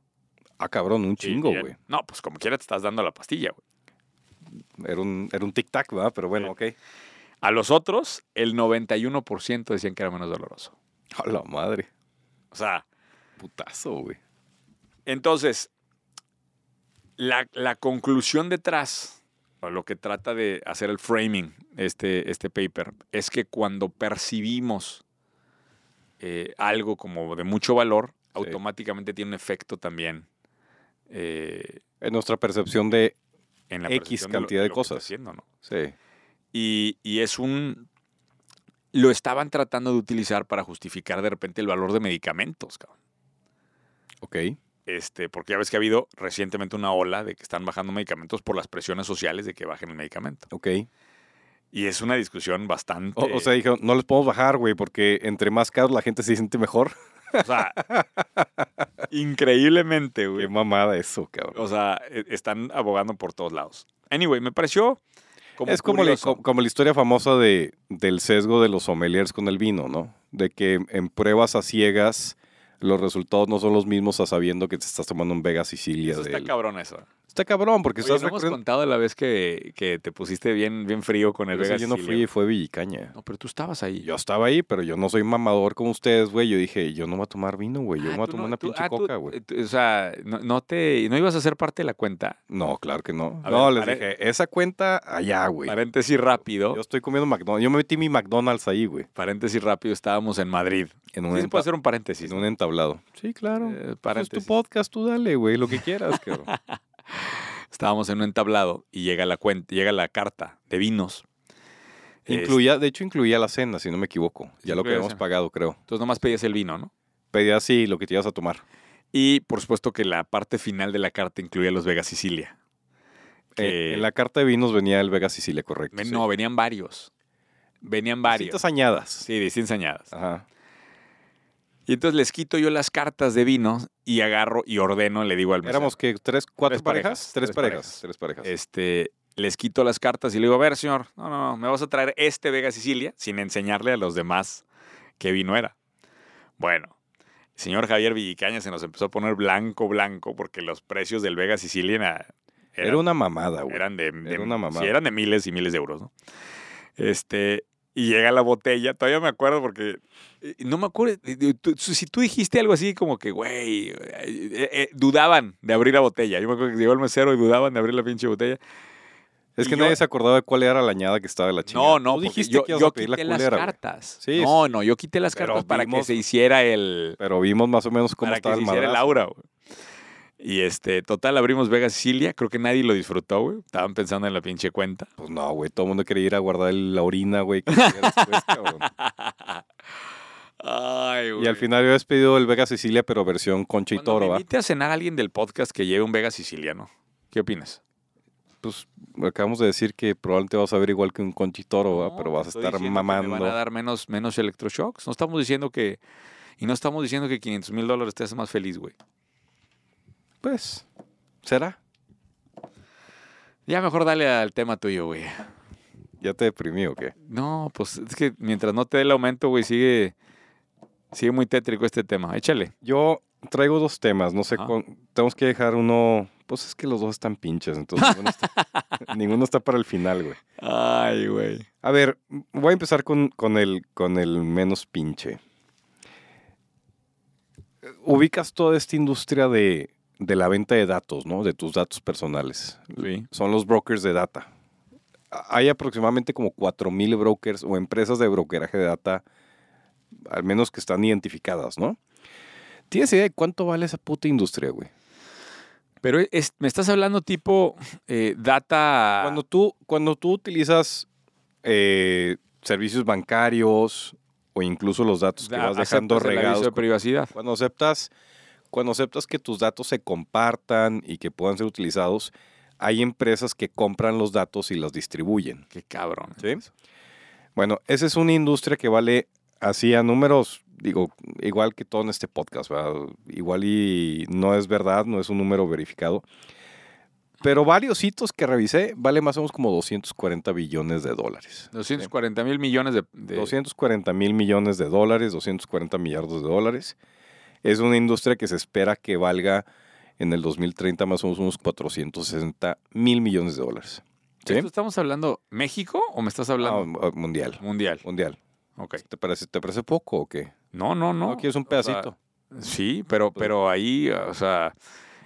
[SPEAKER 1] Ah, cabrón, un chingo,
[SPEAKER 2] Y- y-
[SPEAKER 1] güey.
[SPEAKER 2] No, pues como quiera te estás dando la pastilla, güey.
[SPEAKER 1] Era un, era un tic-tac, ¿verdad? Pero bueno, ok.
[SPEAKER 2] A los otros, el 91% decían que era menos doloroso.
[SPEAKER 1] A la madre.
[SPEAKER 2] O sea,
[SPEAKER 1] Putazo, güey.
[SPEAKER 2] Entonces, la, la conclusión detrás, o lo que trata de hacer el framing, este, este paper, es que cuando percibimos eh, algo como de mucho valor, automáticamente tiene un efecto también eh,
[SPEAKER 1] En nuestra percepción de.
[SPEAKER 2] en la
[SPEAKER 1] X
[SPEAKER 2] percepción
[SPEAKER 1] cantidad de
[SPEAKER 2] que está
[SPEAKER 1] cosas.
[SPEAKER 2] haciendo, ¿no?
[SPEAKER 1] Sí.
[SPEAKER 2] y, y es un... Lo estaban tratando de utilizar para justificar de repente el valor de medicamentos, cabrón.
[SPEAKER 1] Ok.
[SPEAKER 2] este, porque ya ves que ha habido recientemente una ola de que están bajando medicamentos por las presiones sociales de que bajen el medicamento.
[SPEAKER 1] Ok.
[SPEAKER 2] Y es una discusión bastante...
[SPEAKER 1] O, o sea, dijeron, no les podemos bajar, güey, porque entre más caros la gente se siente mejor.
[SPEAKER 2] o sea, increíblemente,
[SPEAKER 1] Qué
[SPEAKER 2] güey.
[SPEAKER 1] mamada eso, cabrón.
[SPEAKER 2] O sea, e- están abogando por todos lados. Anyway, me pareció como
[SPEAKER 1] es como la,
[SPEAKER 2] curioso.
[SPEAKER 1] co- como la historia famosa de, del sesgo de los sommeliers con el vino, ¿no? De que en pruebas a ciegas los resultados no son los mismos a sabiendo que te estás tomando en Vega Sicilia.
[SPEAKER 2] Eso
[SPEAKER 1] del-
[SPEAKER 2] está cabrón eso.
[SPEAKER 1] Está cabrón, porque
[SPEAKER 2] Oye,
[SPEAKER 1] estás
[SPEAKER 2] ¿no hemos
[SPEAKER 1] recorriendo-
[SPEAKER 2] contado la vez que, que te pusiste bien, bien frío con el
[SPEAKER 1] Pero ese
[SPEAKER 2] Vegas
[SPEAKER 1] Yo no fui, fue Villicaña.
[SPEAKER 2] No, pero tú estabas ahí.
[SPEAKER 1] Yo estaba ahí, pero yo no soy mamador como ustedes, güey. Yo dije, yo no voy a tomar vino, güey. Yo
[SPEAKER 2] Ah,
[SPEAKER 1] me voy a
[SPEAKER 2] tú
[SPEAKER 1] tomar
[SPEAKER 2] no-
[SPEAKER 1] una
[SPEAKER 2] tú-
[SPEAKER 1] pinche
[SPEAKER 2] ah, tú-
[SPEAKER 1] coca, güey.
[SPEAKER 2] tú- O sea, no, no te, no ibas a ser parte de la cuenta.
[SPEAKER 1] No, claro que no.
[SPEAKER 2] A
[SPEAKER 1] no,
[SPEAKER 2] ver,
[SPEAKER 1] les
[SPEAKER 2] pare-
[SPEAKER 1] dije, esa cuenta allá, güey.
[SPEAKER 2] Paréntesis rápido.
[SPEAKER 1] Yo estoy comiendo McDonald's. Yo me metí mi McDonald's ahí, güey.
[SPEAKER 2] paréntesis rápido, estábamos en Madrid.
[SPEAKER 1] En un,
[SPEAKER 2] Sí, se
[SPEAKER 1] enta-
[SPEAKER 2] puede hacer un paréntesis.
[SPEAKER 1] en un entablado. Sí, claro.
[SPEAKER 2] Eh,
[SPEAKER 1] Pues es tu
[SPEAKER 2] paréntesis.
[SPEAKER 1] podcast, tú dale, güey, lo que quieras, cabrón.
[SPEAKER 2] Estábamos en un entablado y llega la cuenta, llega la carta de vinos. Este,
[SPEAKER 1] incluía, de hecho, incluía la cena, si no me equivoco. Ya lo que
[SPEAKER 2] Incluía la
[SPEAKER 1] habíamos
[SPEAKER 2] cena.
[SPEAKER 1] pagado, creo.
[SPEAKER 2] Entonces nomás pedías el vino, ¿no?
[SPEAKER 1] Pedía así lo que te ibas a tomar.
[SPEAKER 2] Y por supuesto que la parte final de la carta incluía los Vegas Sicilia.
[SPEAKER 1] Eh,
[SPEAKER 2] Que-
[SPEAKER 1] en la carta de vinos venía el Vega Sicilia, correcto.
[SPEAKER 2] Ven-
[SPEAKER 1] sí.
[SPEAKER 2] No, venían varios. Venían varios.
[SPEAKER 1] Distintas Ah. añadas.
[SPEAKER 2] Sí, distintas añadas.
[SPEAKER 1] Ajá.
[SPEAKER 2] Y entonces les quito yo las cartas de vinos y agarro y ordeno, le digo al mesero.
[SPEAKER 1] Éramos que tres, cuatro
[SPEAKER 2] Tres
[SPEAKER 1] parejas, tres,
[SPEAKER 2] parejas, tres
[SPEAKER 1] parejas,
[SPEAKER 2] parejas.
[SPEAKER 1] tres parejas.
[SPEAKER 2] este, les quito las cartas y le digo, a ver, señor, no, no, no, me vas a traer este Vega Sicilia sin enseñarle a los demás qué vino era. Bueno, el señor Javier Villicaña se nos empezó a poner blanco, blanco, porque los precios del Vega Sicilia era-
[SPEAKER 1] era una mamada, güey.
[SPEAKER 2] eran de, de-
[SPEAKER 1] era una mamada.
[SPEAKER 2] sí, eran de miles y miles de euros, ¿no? Este, y llega la botella. Todavía me acuerdo porque eh, no me acuerdo. eh, tú- Si tú dijiste algo así como que, güey, eh, eh, dudaban de abrir la botella. Yo me acuerdo que llegó el mesero y dudaban de abrir la pinche botella.
[SPEAKER 1] Es que
[SPEAKER 2] Y yo-
[SPEAKER 1] nadie se acordaba de cuál era la añada que estaba de la chingada.
[SPEAKER 2] No, no,
[SPEAKER 1] Tú
[SPEAKER 2] porque
[SPEAKER 1] dijiste
[SPEAKER 2] yo,
[SPEAKER 1] que ibas
[SPEAKER 2] yo
[SPEAKER 1] a pedir la
[SPEAKER 2] quité las
[SPEAKER 1] culera, güey.
[SPEAKER 2] cartas.
[SPEAKER 1] Sí,
[SPEAKER 2] no, no, yo quité las
[SPEAKER 1] Pero
[SPEAKER 2] cartas para que
[SPEAKER 1] vimos-
[SPEAKER 2] se hiciera el,
[SPEAKER 1] Pero vimos más o menos cómo
[SPEAKER 2] para
[SPEAKER 1] estaba
[SPEAKER 2] que
[SPEAKER 1] el
[SPEAKER 2] se hiciera el
[SPEAKER 1] madrazo.
[SPEAKER 2] aura, güey. Y este, total, abrimos Vegas Cilia. Creo que nadie lo disfrutó, güey. Estaban pensando en la pinche cuenta.
[SPEAKER 1] Pues no, güey, todo el mundo quería ir a guardar el- la orina, güey. que tenía después, cabrón.
[SPEAKER 2] Ay,
[SPEAKER 1] y al final yo he despedido el Vega Sicilia, pero versión concha y
[SPEAKER 2] Cuando
[SPEAKER 1] toro,
[SPEAKER 2] me
[SPEAKER 1] ¿va?
[SPEAKER 2] invite a cenar a alguien del podcast que lleve un Vegas siciliano. ¿Qué opinas?
[SPEAKER 1] Pues acabamos de decir que probablemente vas a ver igual que un concha y toro, ¿va?
[SPEAKER 2] No,
[SPEAKER 1] Pero vas a
[SPEAKER 2] estoy
[SPEAKER 1] estar
[SPEAKER 2] diciendo que me van a
[SPEAKER 1] mamando.
[SPEAKER 2] dar menos, menos electroshocks. No estamos diciendo que. Y no estamos diciendo que 500 mil dólares te hace más feliz, güey.
[SPEAKER 1] Pues, ¿será?
[SPEAKER 2] Ya mejor dale al tema tuyo, güey.
[SPEAKER 1] ¿Ya te deprimí o qué?
[SPEAKER 2] No, pues es que mientras no te dé el aumento, güey, sigue, sigue muy tétrico este tema. Échale.
[SPEAKER 1] Yo traigo dos temas, no sé,
[SPEAKER 2] Ajá.
[SPEAKER 1] cuán- tenemos que dejar uno... Pues es que los dos están pinches, entonces ninguno está- ninguno está para el final, güey.
[SPEAKER 2] Ay, güey.
[SPEAKER 1] A ver, m- voy a empezar con, con el, con el menos pinche. Ubicas toda esta industria de, de la venta de datos, ¿no? De tus datos personales.
[SPEAKER 2] Sí.
[SPEAKER 1] Son los brokers de data. A- Hay aproximadamente como 4.000 brokers o empresas de brokeraje de data, al menos que están identificadas, ¿no? ¿Tienes idea de cuánto vale esa puta industria, güey?
[SPEAKER 2] Pero e, es- me estás hablando tipo eh, data.
[SPEAKER 1] Cuando tú, cuando tú utilizas eh, servicios bancarios o incluso los datos que
[SPEAKER 2] da-
[SPEAKER 1] vas dejando
[SPEAKER 2] aceptas el aviso
[SPEAKER 1] regados,
[SPEAKER 2] de privacidad.
[SPEAKER 1] cuando aceptas, cuando aceptas que tus datos se compartan y que puedan ser utilizados, hay empresas que compran los datos y los distribuyen.
[SPEAKER 2] Qué cabrón.
[SPEAKER 1] ¿sí? Bueno, esa es una industria que vale así a números, digo, igual que todo en este podcast, ¿verdad? igual y no es verdad, no es un número verificado. Pero varios hitos que revisé vale más o menos como 240 billones de dólares.
[SPEAKER 2] 240 mil millones de. de-
[SPEAKER 1] 240 mil millones de dólares, 240 millardos de dólares. Es una industria que se espera que valga en el 2030 más o menos unos 460 mil millones de dólares. ¿Sí?
[SPEAKER 2] ¿Esto estamos hablando México o me estás hablando
[SPEAKER 1] Ah, mundial,
[SPEAKER 2] mundial?
[SPEAKER 1] mundial.
[SPEAKER 2] Ok.
[SPEAKER 1] ¿Te parece, ¿Te parece poco o qué?
[SPEAKER 2] No, no, no.
[SPEAKER 1] No, quieres un
[SPEAKER 2] sea,
[SPEAKER 1] pedacito. Pues
[SPEAKER 2] Sí, pero, pero ahí, o sea,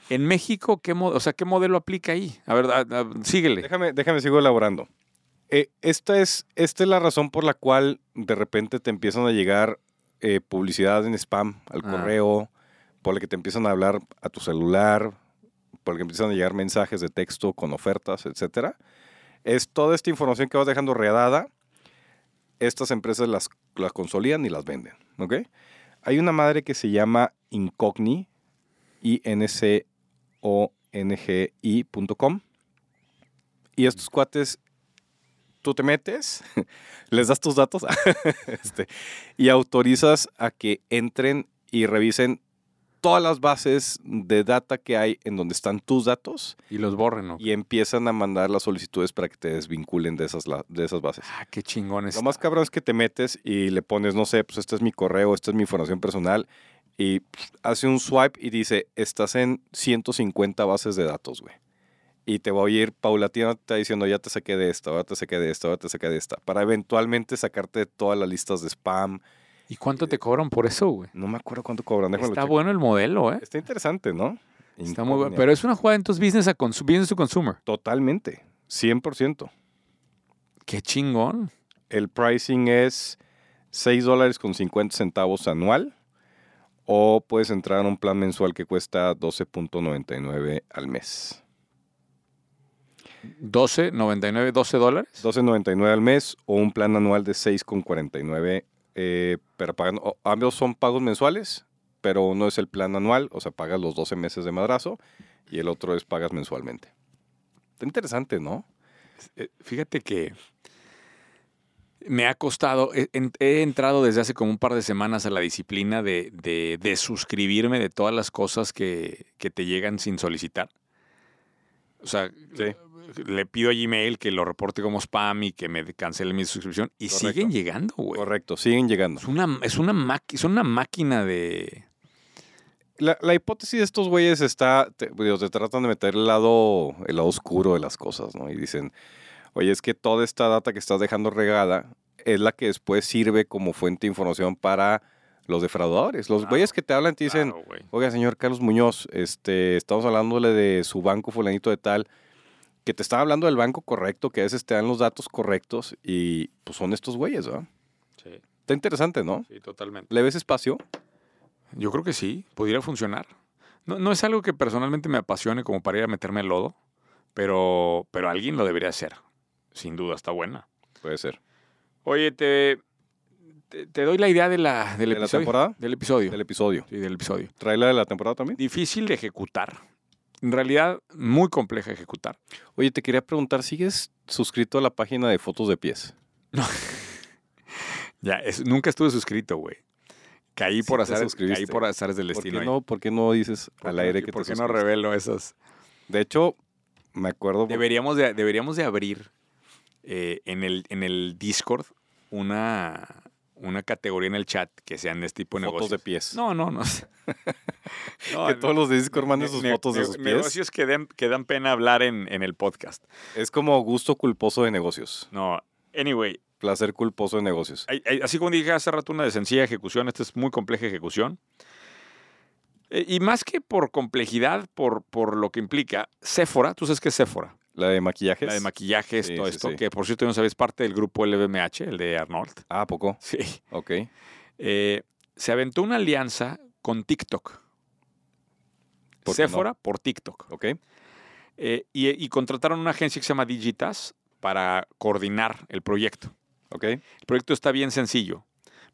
[SPEAKER 2] en México, ¿qué, mo- o sea, ¿qué modelo aplica ahí? A ver, a- a- síguele.
[SPEAKER 1] déjame, déjame, sigo elaborando. Eh, esta, es, esta es la razón por la cual de repente te empiezan a llegar eh, publicidad en spam al
[SPEAKER 2] Ah.
[SPEAKER 1] correo, por la que te empiezan a hablar a tu celular, por la que empiezan a llegar mensajes de texto con ofertas, etcétera. Es toda esta información que vas dejando redada, estas empresas las, las consolidan y las venden. ¿ok? Hay una madre que se llama Incogni, I-N-C-O-N-G-I.com. Y estos cuates, tú te metes, les das tus datos este, y autorizas a que entren y revisen todas las bases de data que hay en donde están tus datos
[SPEAKER 2] Y los borren, ¿no?
[SPEAKER 1] y empiezan a mandar las solicitudes para que te desvinculen de esas, la- de esas bases.
[SPEAKER 2] Ah, qué chingones.
[SPEAKER 1] Lo más cabrón es que te metes y le pones, no sé, pues este es mi correo, esta es mi información personal. Y pf, hace un swipe y dice, estás en 150 bases de datos, güey. Y te voy a ir paulatinamente te va diciendo, ya te saqué de esta, ahora te saqué de esta, ahora te saqué de esta. Para eventualmente sacarte de todas las listas de spam.
[SPEAKER 2] ¿Y cuánto te cobran por eso, güey?
[SPEAKER 1] No me acuerdo cuánto cobran, déjalo
[SPEAKER 2] Está
[SPEAKER 1] checo.
[SPEAKER 2] bueno el modelo, ¿eh?
[SPEAKER 1] Está interesante, ¿no?
[SPEAKER 2] Está muy bueno.
[SPEAKER 1] Incógnito.
[SPEAKER 2] Pero es una jugada entonces business, a consu- business to consumer.
[SPEAKER 1] Totalmente, 100%.
[SPEAKER 2] Qué chingón.
[SPEAKER 1] El pricing es 6 dólares con 50 centavos anual o puedes entrar a un plan mensual que cuesta 12.99 al mes.
[SPEAKER 2] 12, 99, 12 dólares.
[SPEAKER 1] 12.99 al mes o un plan anual de 6.49, eh, pero pagan, o- ambos son pagos mensuales, pero uno es el plan anual, o sea, pagas los 12 meses de madrazo y el otro es pagas mensualmente. Está interesante, ¿no?
[SPEAKER 2] Eh, Fíjate que me ha costado, he, en- he entrado desde hace como un par de semanas a la disciplina de, de, de suscribirme de todas las cosas que, que te llegan sin solicitar. O sea, le pido a Gmail que lo reporte como spam y que me cancele mi suscripción y
[SPEAKER 1] Correcto.
[SPEAKER 2] siguen llegando, güey.
[SPEAKER 1] Correcto, siguen llegando.
[SPEAKER 2] Es una, es, una maqui- son una máquina de...
[SPEAKER 1] La, la hipótesis de estos güeyes está, te, digo, te tratan de meter el lado, el lado oscuro de las cosas, ¿no? Y dicen, oye, es que toda esta data que estás dejando regada es la que después sirve como fuente de información para los defraudadores. Los
[SPEAKER 2] Claro,
[SPEAKER 1] güeyes que te hablan te dicen,
[SPEAKER 2] Claro, güey.
[SPEAKER 1] oiga, señor Carlos Muñoz, este, estamos hablándole de su banco fulanito de tal, que te están hablando del banco correcto, que a veces te dan los datos correctos y pues son estos güeyes, ¿verdad?
[SPEAKER 2] Sí,
[SPEAKER 1] Está interesante, ¿no?
[SPEAKER 2] sí, totalmente.
[SPEAKER 1] ¿Le ves espacio?
[SPEAKER 2] Yo creo que sí, pudiera funcionar. No, no es algo que personalmente me apasione como para ir a meterme el lodo, pero, pero alguien lo debería hacer. Sin duda, está buena.
[SPEAKER 1] Puede ser.
[SPEAKER 2] Oye, te, te, te doy la idea de la, del
[SPEAKER 1] ¿De la
[SPEAKER 2] episodio.
[SPEAKER 1] temporada?
[SPEAKER 2] Del episodio.
[SPEAKER 1] Del episodio.
[SPEAKER 2] Sí, del episodio.
[SPEAKER 1] ¿Trae la de la temporada también?
[SPEAKER 2] Difícil de ejecutar. En realidad, muy compleja de ejecutar.
[SPEAKER 1] Oye, te quería preguntar, ¿sigues suscrito a la página de fotos de pies?
[SPEAKER 2] Ya, es- nunca estuve suscrito, güey. Caí, por
[SPEAKER 1] te
[SPEAKER 2] azar, caí
[SPEAKER 1] suscribiste.
[SPEAKER 2] por azares del
[SPEAKER 1] ¿Por
[SPEAKER 2] destino.
[SPEAKER 1] qué,
[SPEAKER 2] ahí.
[SPEAKER 1] no, por qué no dices
[SPEAKER 2] ¿Por
[SPEAKER 1] al
[SPEAKER 2] qué no-
[SPEAKER 1] aire que
[SPEAKER 2] ¿Por
[SPEAKER 1] te
[SPEAKER 2] qué no
[SPEAKER 1] suscribiste?
[SPEAKER 2] revelo esas?
[SPEAKER 1] De hecho, me acuerdo...
[SPEAKER 2] Deberíamos de, deberíamos de abrir eh, en, el, en el Discord una, una categoría en el chat que sean de este tipo de
[SPEAKER 1] fotos de
[SPEAKER 2] negocios.
[SPEAKER 1] pies.
[SPEAKER 2] No, no, no. sé. No,
[SPEAKER 1] que todos los de Discord manden
[SPEAKER 2] ne-
[SPEAKER 1] sus
[SPEAKER 2] ne-
[SPEAKER 1] fotos de
[SPEAKER 2] ne-
[SPEAKER 1] sus pies.
[SPEAKER 2] Negocios que dan, que dan pena hablar en, en el podcast.
[SPEAKER 1] Es como gusto culposo de negocios.
[SPEAKER 2] No, anyway,
[SPEAKER 1] Placer culposo de negocios.
[SPEAKER 2] hay- hay- así como dije hace rato una de sencilla ejecución, esta es muy compleja ejecución. Eh, y más que por complejidad, por, por lo que implica, Sephora, tú sabes qué es Sephora.
[SPEAKER 1] La de maquillajes.
[SPEAKER 2] La de maquillajes,
[SPEAKER 1] Sí,
[SPEAKER 2] todo
[SPEAKER 1] sí,
[SPEAKER 2] esto,
[SPEAKER 1] sí.
[SPEAKER 2] que por cierto, yo no sabes, parte del grupo LVMH, el de Arnold.
[SPEAKER 1] Ah, ¿a poco?
[SPEAKER 2] Sí.
[SPEAKER 1] Ok.
[SPEAKER 2] Eh, se aventó una alianza con TikTok.
[SPEAKER 1] ¿Por qué
[SPEAKER 2] Sephora por TikTok.
[SPEAKER 1] Ok.
[SPEAKER 2] Eh, y, y contrataron una agencia que se llama Digitas para coordinar el proyecto.
[SPEAKER 1] Ok.
[SPEAKER 2] El proyecto está bien sencillo.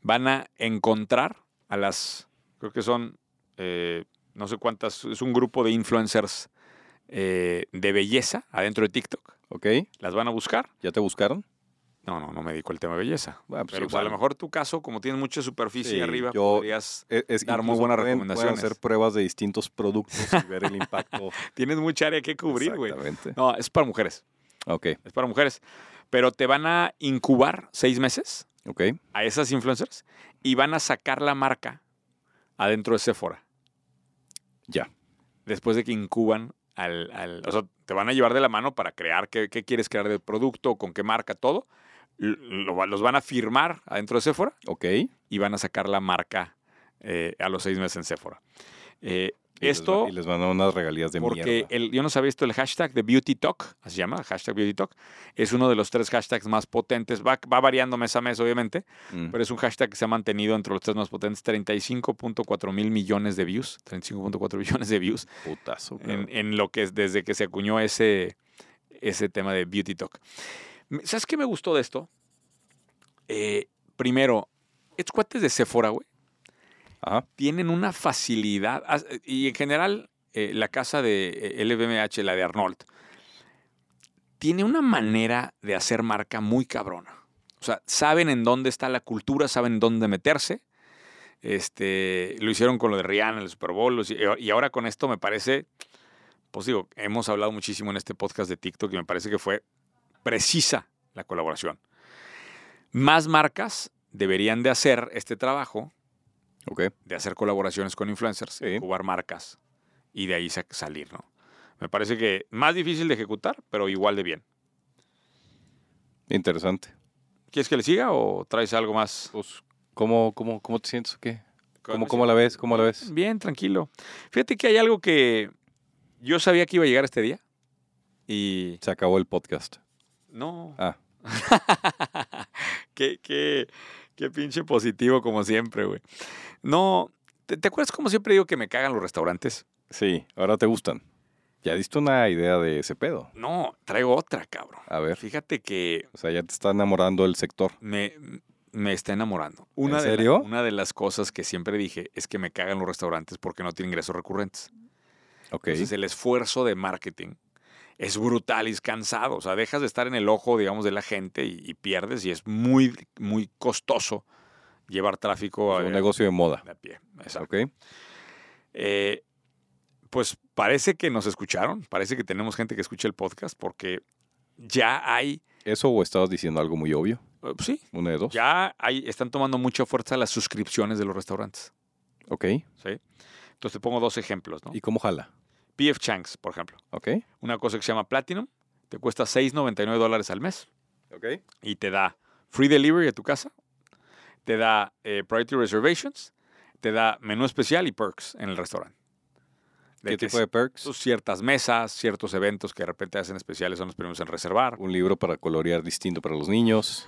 [SPEAKER 2] Van a encontrar a las, creo que son, eh, no sé cuántas, es un grupo de influencers eh, de belleza adentro de TikTok.
[SPEAKER 1] Ok.
[SPEAKER 2] Las van a buscar.
[SPEAKER 1] ¿Ya te buscaron?
[SPEAKER 2] No, no, no me dedico al tema de belleza.
[SPEAKER 1] Bueno, pues
[SPEAKER 2] Pero pues, a
[SPEAKER 1] igual.
[SPEAKER 2] lo mejor tu caso, como tienes mucha superficie
[SPEAKER 1] Sí,
[SPEAKER 2] arriba,
[SPEAKER 1] yo-
[SPEAKER 2] podrías-
[SPEAKER 1] Es, E-, es-
[SPEAKER 2] Dar muy
[SPEAKER 1] incluso
[SPEAKER 2] buenas
[SPEAKER 1] pueden- pueden
[SPEAKER 2] recomendaciones.
[SPEAKER 1] hacer pruebas de distintos productos y ver el impacto.
[SPEAKER 2] tienes mucha área que cubrir, güey.
[SPEAKER 1] Exactamente.
[SPEAKER 2] No, es para mujeres,
[SPEAKER 1] Ok.
[SPEAKER 2] es para mujeres. Pero te van a incubar seis meses
[SPEAKER 1] Ok.
[SPEAKER 2] a esas influencers y van a sacar la marca adentro de Sephora.
[SPEAKER 1] Ya.
[SPEAKER 2] Después de que incuban al, al- O sea, te van a llevar de la mano para crear qué, qué quieres crear del producto, con qué marca, todo. L- lo va- los van a firmar adentro de Sephora
[SPEAKER 1] Ok.
[SPEAKER 2] y van a sacar la marca eh, a los seis meses en Sephora. Eh,
[SPEAKER 1] Y les
[SPEAKER 2] esto
[SPEAKER 1] va- y les van a dar unas regalías de
[SPEAKER 2] porque
[SPEAKER 1] mierda.
[SPEAKER 2] el- yo no sabía esto, el hashtag de Beauty Talk, así se llama, hashtag Beauty Talk, es uno de los tres hashtags más potentes, va, va variando mes a mes obviamente,
[SPEAKER 1] Mm.
[SPEAKER 2] pero es un hashtag que se ha mantenido entre los tres más potentes, 35.4 mil millones de views, 35.4 millones de views,
[SPEAKER 1] Putazo.
[SPEAKER 2] en,
[SPEAKER 1] cabrón.
[SPEAKER 2] en lo que es desde que se acuñó ese, ese tema de Beauty Talk. Me- ¿Sabes qué me gustó de esto? Eh, primero, estos cuates de Sephora, güey,
[SPEAKER 1] Ajá.
[SPEAKER 2] tienen una facilidad, as- y en general eh, la casa de eh, LVMH, la de Arnold, tiene una manera de hacer marca muy cabrona. O sea, saben en dónde está la cultura, saben dónde meterse. Este, lo hicieron con lo de Rihanna, el Super Bowl, lo hici- y ahora con esto me parece, pues digo, hemos hablado muchísimo en este podcast de TikTok y me parece que fue precisa la colaboración. Más marcas deberían de hacer este trabajo
[SPEAKER 1] Ok.
[SPEAKER 2] de hacer colaboraciones con influencers,
[SPEAKER 1] Sí.
[SPEAKER 2] jugar marcas y de ahí sa- salir, ¿no? Me parece que más difícil de ejecutar, pero igual de bien.
[SPEAKER 1] Interesante.
[SPEAKER 2] ¿Quieres que le siga o traes algo más?
[SPEAKER 1] Pues, ¿cómo, cómo, ¿Cómo te sientes o qué? ¿Cómo,
[SPEAKER 2] Con-
[SPEAKER 1] cómo la ves? ¿Cómo la ves?
[SPEAKER 2] Bien, tranquilo. Fíjate que hay algo que yo sabía que iba a llegar este día y
[SPEAKER 1] Se acabó el podcast.
[SPEAKER 2] no.
[SPEAKER 1] Ah.
[SPEAKER 2] qué, qué- qué pinche positivo como siempre, güey. No, ¿te, te acuerdas como siempre digo que me cagan los restaurantes?
[SPEAKER 1] Sí, ahora te gustan. Ya diste una idea de ese pedo.
[SPEAKER 2] No, traigo otra, cabrón.
[SPEAKER 1] A ver,
[SPEAKER 2] Fíjate que
[SPEAKER 1] o sea, ya te está enamorando el sector.
[SPEAKER 2] me, me está enamorando. Una de la-
[SPEAKER 1] serio?
[SPEAKER 2] una de las cosas que siempre dije es que me cagan los restaurantes porque no tienen ingresos recurrentes.
[SPEAKER 1] Ok.
[SPEAKER 2] Entonces el esfuerzo de marketing es brutal y es cansado. O sea, dejas de estar en el ojo, digamos, de la gente y, y pierdes y es muy, muy costoso llevar tráfico
[SPEAKER 1] Es Pues un
[SPEAKER 2] eh,
[SPEAKER 1] negocio de moda.
[SPEAKER 2] a pie. Exacto.
[SPEAKER 1] Ok.
[SPEAKER 2] Eh, pues parece que nos escucharon, parece que tenemos gente que escucha el podcast porque ya hay,
[SPEAKER 1] Eso o estabas diciendo algo muy obvio.
[SPEAKER 2] eh, sí,
[SPEAKER 1] Una de dos.
[SPEAKER 2] ya hay, están tomando mucha fuerza las suscripciones de los restaurantes.
[SPEAKER 1] Ok.
[SPEAKER 2] ¿sí? Entonces te pongo dos ejemplos, ¿no?
[SPEAKER 1] ¿Y cómo jala?
[SPEAKER 2] PF Chang's, por ejemplo.
[SPEAKER 1] Ok.
[SPEAKER 2] Una cosa que se llama Platinum, te cuesta 6.99 dólares al mes
[SPEAKER 1] Ok.
[SPEAKER 2] y te da free delivery a tu casa, te da eh, priority reservations, te da menú especial y perks en el restaurante.
[SPEAKER 1] ¿Qué
[SPEAKER 2] que
[SPEAKER 1] tipo de perks?
[SPEAKER 2] sus ciertas mesas, ciertos eventos que de repente hacen especiales son los primeros en reservar.
[SPEAKER 1] un libro para colorear distinto para los niños.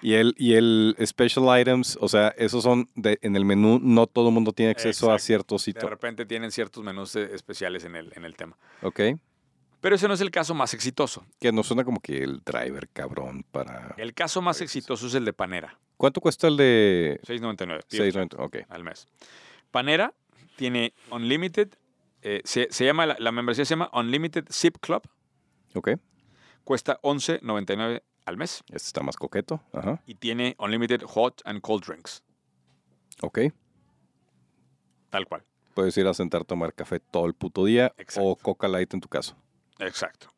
[SPEAKER 1] y, el, y el special items, o sea, esos son de- en el menú, no todo el mundo tiene acceso a
[SPEAKER 2] Exacto.
[SPEAKER 1] ciertos
[SPEAKER 2] De
[SPEAKER 1] sitios.
[SPEAKER 2] repente tienen ciertos menús eh, especiales en el, en el tema.
[SPEAKER 1] Ok.
[SPEAKER 2] Pero ese no es el caso más exitoso.
[SPEAKER 1] Que no suena como que el driver cabrón para.
[SPEAKER 2] El caso más
[SPEAKER 1] Pues-
[SPEAKER 2] exitoso es el de Panera,
[SPEAKER 1] ¿Cuánto cuesta el de
[SPEAKER 2] 6.99
[SPEAKER 1] seis noventa? Ok.
[SPEAKER 2] al mes. Panera tiene Unlimited, eh, se, se llama, la, la membresía se llama Unlimited Zip Club,
[SPEAKER 1] Ok.
[SPEAKER 2] cuesta 11.99 al mes
[SPEAKER 1] Este está más coqueto. Ajá.
[SPEAKER 2] y tiene Unlimited Hot and Cold Drinks,
[SPEAKER 1] Ok.
[SPEAKER 2] tal cual.
[SPEAKER 1] Puedes ir a sentar a tomar café todo el puto día
[SPEAKER 2] Exacto.
[SPEAKER 1] o Coca Light en tu caso.
[SPEAKER 2] Exacto.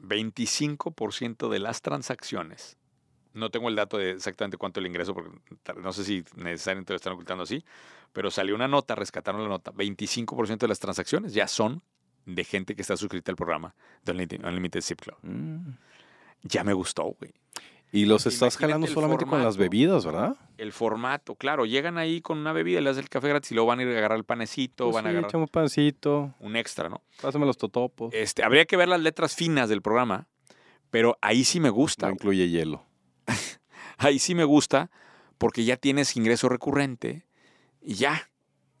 [SPEAKER 2] 25% de las transacciones. No tengo el dato de exactamente cuánto el ingreso, porque ta- no sé si necesariamente lo están ocultando así, pero salió una nota, rescataron la nota. 25% de las transacciones ya son de gente que está suscrita al programa de Unlimited, Unlimited Zip Club. Ya me gustó, güey.
[SPEAKER 1] Y los estás
[SPEAKER 2] Mm. Imagínate
[SPEAKER 1] jalando
[SPEAKER 2] el
[SPEAKER 1] solamente con las
[SPEAKER 2] formato.
[SPEAKER 1] bebidas, ¿verdad?
[SPEAKER 2] El formato, claro, llegan ahí con una bebida, le das el café gratis y luego van a ir a agarrar el panecito,
[SPEAKER 1] Pues
[SPEAKER 2] van a
[SPEAKER 1] sí,
[SPEAKER 2] agarrar
[SPEAKER 1] échame un pancito,
[SPEAKER 2] un extra, ¿no?
[SPEAKER 1] pásame los totopos.
[SPEAKER 2] Este, habría que ver las letras finas del programa, pero ahí sí me gusta.
[SPEAKER 1] No
[SPEAKER 2] güey.
[SPEAKER 1] incluye hielo.
[SPEAKER 2] ahí sí me gusta porque ya tienes ingreso recurrente y ya,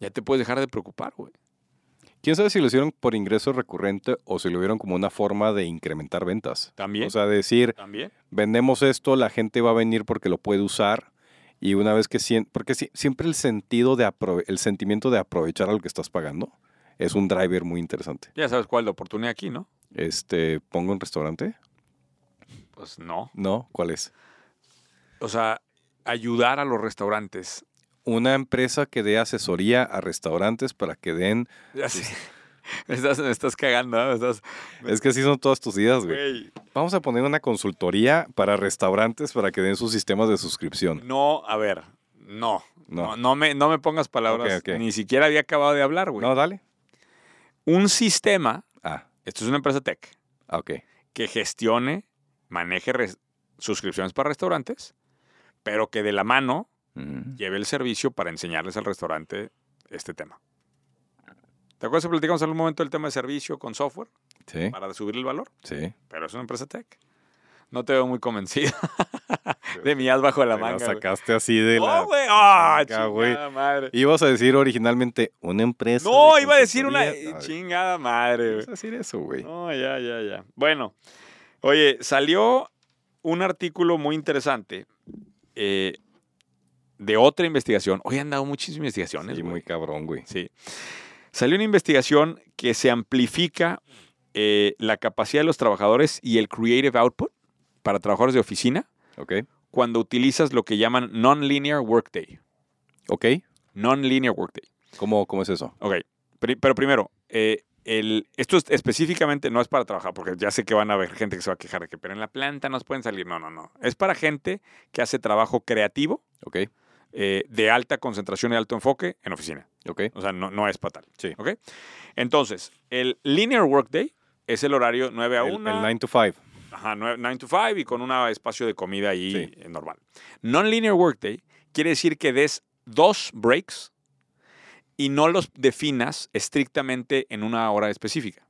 [SPEAKER 2] ya te puedes dejar de preocupar, güey.
[SPEAKER 1] ¿Quién sabe si lo hicieron por ingreso recurrente o si lo vieron como una forma de incrementar ventas?
[SPEAKER 2] También.
[SPEAKER 1] O sea, decir,
[SPEAKER 2] También.
[SPEAKER 1] vendemos esto, la gente va a venir porque lo puede usar y una vez que siente, porque si- siempre el sentido de aprove- el sentimiento de aprovechar algo que estás pagando es un driver muy interesante.
[SPEAKER 2] Ya sabes cuál es la oportunidad aquí, ¿no?
[SPEAKER 1] Este, pongo un restaurante?
[SPEAKER 2] Pues no.
[SPEAKER 1] No, ¿cuál es?
[SPEAKER 2] O sea, ayudar a los restaurantes.
[SPEAKER 1] Una empresa que dé asesoría a restaurantes para que den,
[SPEAKER 2] Ya sé. Me estás, me estás cagando, ¿eh? Me estás-
[SPEAKER 1] es que así son todas tus ideas, güey.
[SPEAKER 2] Pues, Güey,
[SPEAKER 1] Vamos a poner una consultoría para restaurantes para que den sus sistemas de suscripción.
[SPEAKER 2] No, a ver, no. No,
[SPEAKER 1] No.
[SPEAKER 2] no me, no me pongas palabras.
[SPEAKER 1] Ok, ok.
[SPEAKER 2] Ni siquiera había acabado de hablar, güey.
[SPEAKER 1] No, dale.
[SPEAKER 2] Un sistema,
[SPEAKER 1] Ah,
[SPEAKER 2] esto es una empresa tech,
[SPEAKER 1] ah, ok.
[SPEAKER 2] que gestione, maneje res- suscripciones para restaurantes, pero que de la mano
[SPEAKER 1] Mm,
[SPEAKER 2] lleve el servicio para enseñarles al restaurante este tema. ¿Te acuerdas que platicamos en algún momento del tema de servicio con software
[SPEAKER 1] Sí,
[SPEAKER 2] para subir el valor?
[SPEAKER 1] sí.
[SPEAKER 2] Pero es una empresa tech. No te veo muy convencido de mi as bajo la
[SPEAKER 1] Te
[SPEAKER 2] manga. güey.
[SPEAKER 1] sacaste así de la...
[SPEAKER 2] ¡Oh, güey! ¡Ah,
[SPEAKER 1] manga, güey.
[SPEAKER 2] chingada madre!
[SPEAKER 1] Ibas a decir originalmente una empresa.
[SPEAKER 2] No,
[SPEAKER 1] de
[SPEAKER 2] iba a decir una
[SPEAKER 1] consultoría. Ah,
[SPEAKER 2] chingada madre. güey.
[SPEAKER 1] Ibas a decir eso, güey.
[SPEAKER 2] No, ya, ya, ya. Bueno, oye, salió un artículo muy interesante eh, de otra investigación. Hoy han dado muchísimas investigaciones.
[SPEAKER 1] Sí,
[SPEAKER 2] güey.
[SPEAKER 1] muy cabrón, güey.
[SPEAKER 2] Sí. Salió una investigación que se amplifica eh, la capacidad de los trabajadores y el creative output para trabajadores de oficina
[SPEAKER 1] Ok,
[SPEAKER 2] cuando utilizas lo que llaman non-linear workday.
[SPEAKER 1] ok.
[SPEAKER 2] Non-linear workday.
[SPEAKER 1] ¿Cómo, cómo es eso?
[SPEAKER 2] Ok. Pri- Pero primero, eh, el, esto es- específicamente no es para trabajar, porque ya sé que van a haber gente que se va a quejar de que, pero en la planta nos pueden salir. No, no, no. Es para gente que hace trabajo creativo,
[SPEAKER 1] Ok,
[SPEAKER 2] eh, de alta concentración y alto enfoque en oficina.
[SPEAKER 1] ok.
[SPEAKER 2] O sea, no, no es para tal.
[SPEAKER 1] Sí.
[SPEAKER 2] ¿Ok? Entonces, el linear workday es el horario 9 a
[SPEAKER 1] El,
[SPEAKER 2] 1,
[SPEAKER 1] el 9 to 5.
[SPEAKER 2] ajá, 9, 9 to 5 y con un espacio de comida ahí
[SPEAKER 1] Sí.
[SPEAKER 2] eh, normal. Non-linear workday quiere decir que des dos breaks y no los definas estrictamente en una hora específica,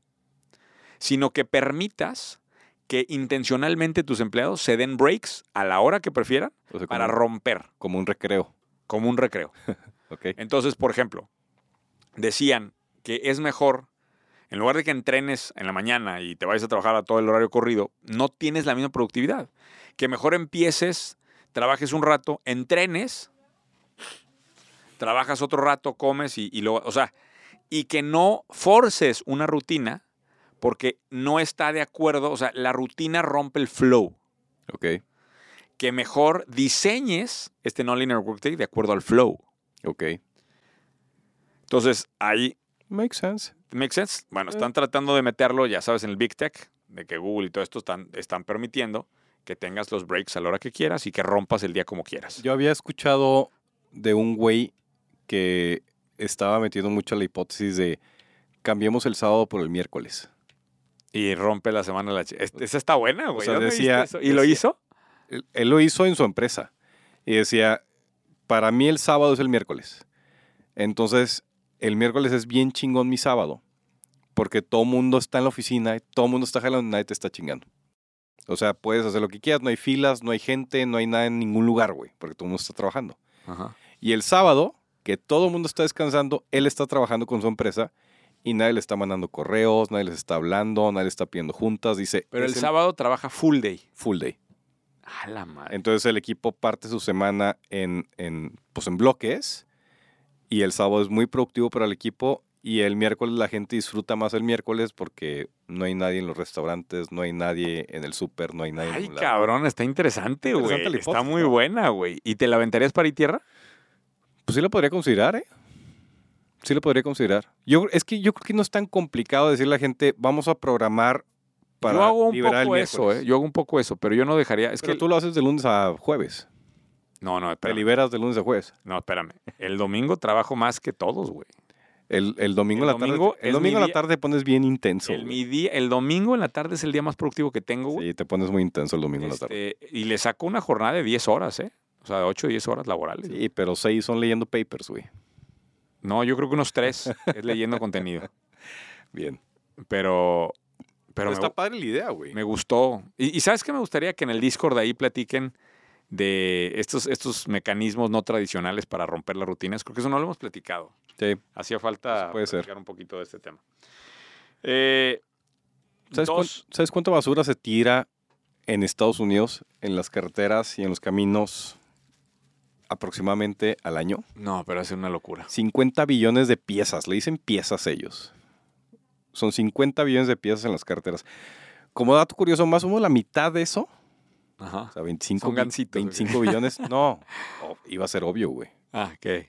[SPEAKER 2] sino que permitas que intencionalmente tus empleados se den breaks a la hora que prefieran
[SPEAKER 1] O sea,
[SPEAKER 2] para
[SPEAKER 1] como,
[SPEAKER 2] romper,
[SPEAKER 1] como un recreo.
[SPEAKER 2] como un recreo.
[SPEAKER 1] Ok.
[SPEAKER 2] Entonces, por ejemplo, decían que es mejor, en lugar de que entrenes en la mañana y te vayas a trabajar a todo el horario corrido, no tienes la misma productividad. Que mejor empieces, trabajes un rato, entrenes, trabajas otro rato, comes y, y luego, o sea, y que no forces una rutina porque no está de acuerdo, o sea, la rutina rompe el flow.
[SPEAKER 1] Ok,
[SPEAKER 2] Que mejor diseñes este non-linear workday de acuerdo al flow.
[SPEAKER 1] ok.
[SPEAKER 2] Entonces, ahí
[SPEAKER 1] Makes sense.
[SPEAKER 2] Makes sense. Bueno,
[SPEAKER 1] Eh.
[SPEAKER 2] están tratando de meterlo, ya sabes, en el Big Tech, de que Google y todo esto están, están permitiendo que tengas los breaks a la hora que quieras y que rompas el día como quieras.
[SPEAKER 1] Yo había escuchado de un güey que estaba metiendo mucho la hipótesis de cambiemos el sábado por el miércoles.
[SPEAKER 2] Y rompe la semana la... ch- Es- Esa está buena, güey.
[SPEAKER 1] sea,
[SPEAKER 2] ¿Dónde viste
[SPEAKER 1] decía-
[SPEAKER 2] eso? ¿Y lo
[SPEAKER 1] decía-
[SPEAKER 2] hizo?
[SPEAKER 1] él, él lo hizo en su empresa y decía, para mí el sábado es el miércoles. Entonces, el miércoles es bien chingón mi sábado, porque todo mundo está en la oficina, y todo mundo está jalando y nadie te está chingando. O sea, puedes hacer lo que quieras, no hay filas, no hay gente, no hay nada en ningún lugar, güey, porque todo el mundo está trabajando.
[SPEAKER 2] Ajá.
[SPEAKER 1] Y el sábado, que todo el mundo está descansando, él está trabajando con su empresa y nadie le está mandando correos, nadie les está hablando, nadie le está pidiendo juntas, dice.
[SPEAKER 2] Pero
[SPEAKER 1] "Es
[SPEAKER 2] el sábado trabaja full day.
[SPEAKER 1] Full day.
[SPEAKER 2] A la madre.
[SPEAKER 1] Entonces el equipo parte su semana en, en, pues en bloques y el sábado es muy productivo para el equipo y el miércoles la gente disfruta más el miércoles porque no hay nadie en los restaurantes, no hay nadie en el súper, no hay nadie en
[SPEAKER 2] Ay,
[SPEAKER 1] ningún lado.
[SPEAKER 2] cabrón, está interesante, güey.
[SPEAKER 1] Interesante la
[SPEAKER 2] Está
[SPEAKER 1] hipótesis,
[SPEAKER 2] muy
[SPEAKER 1] ¿no?
[SPEAKER 2] buena, güey. ¿Y te la aventarías para ir tierra?
[SPEAKER 1] Pues sí lo podría considerar, ¿eh? Sí lo podría considerar. Yo, es que yo creo que no es tan complicado decirle a la gente, vamos a programar para
[SPEAKER 2] yo hago un
[SPEAKER 1] liberar
[SPEAKER 2] poco
[SPEAKER 1] el
[SPEAKER 2] eso,
[SPEAKER 1] miércoles".
[SPEAKER 2] ¿eh? Yo hago un poco eso, pero yo no dejaría. Es
[SPEAKER 1] Pero
[SPEAKER 2] que
[SPEAKER 1] tú lo haces de lunes a jueves.
[SPEAKER 2] No, no,
[SPEAKER 1] Te
[SPEAKER 2] espérame.
[SPEAKER 1] liberas de lunes a jueves.
[SPEAKER 2] No, espérame. El domingo trabajo más que todos, güey.
[SPEAKER 1] El, el domingo
[SPEAKER 2] El
[SPEAKER 1] en la tarde.
[SPEAKER 2] domingo es
[SPEAKER 1] el domingo
[SPEAKER 2] mi
[SPEAKER 1] en la
[SPEAKER 2] día-
[SPEAKER 1] tarde te pones bien intenso.
[SPEAKER 2] El,
[SPEAKER 1] güey.
[SPEAKER 2] mi día- el domingo en la tarde es el día más productivo que tengo, güey.
[SPEAKER 1] Sí, te pones muy intenso el domingo en la tarde.
[SPEAKER 2] Este, y le saco una jornada de 10 horas, ¿eh? O sea, de 8 o 10 horas laborales.
[SPEAKER 1] Sí, pero seis son leyendo papers, güey.
[SPEAKER 2] No, yo creo que unos 3 es leyendo contenido.
[SPEAKER 1] Bien.
[SPEAKER 2] Pero, pero
[SPEAKER 1] Pero
[SPEAKER 2] me,
[SPEAKER 1] está padre la idea, güey.
[SPEAKER 2] me gustó. Y, y ¿sabes qué me gustaría? Que en el Discord de ahí platiquen de estos, estos mecanismos no tradicionales para romper las rutinas. Creo que eso no lo hemos platicado.
[SPEAKER 1] Sí.
[SPEAKER 2] Hacía falta
[SPEAKER 1] Pues puede ser.
[SPEAKER 2] platicar un poquito de este tema. Eh,
[SPEAKER 1] ¿Sabes, cuán-
[SPEAKER 2] dos-
[SPEAKER 1] sabes cuánta basura se tira en Estados Unidos, en las carreteras y en los caminos aproximadamente al año?
[SPEAKER 2] No, pero es una locura.
[SPEAKER 1] 50 billones de piezas, le dicen piezas ellos. Son 50 billones de piezas en las carreteras. Como dato curioso, más o menos la mitad de eso,
[SPEAKER 2] Ajá.
[SPEAKER 1] o sea, 25,
[SPEAKER 2] Son
[SPEAKER 1] bi-
[SPEAKER 2] gansitos, güey.
[SPEAKER 1] 25 billones, no, oh, iba a ser obvio, güey.
[SPEAKER 2] Ah, ¿qué?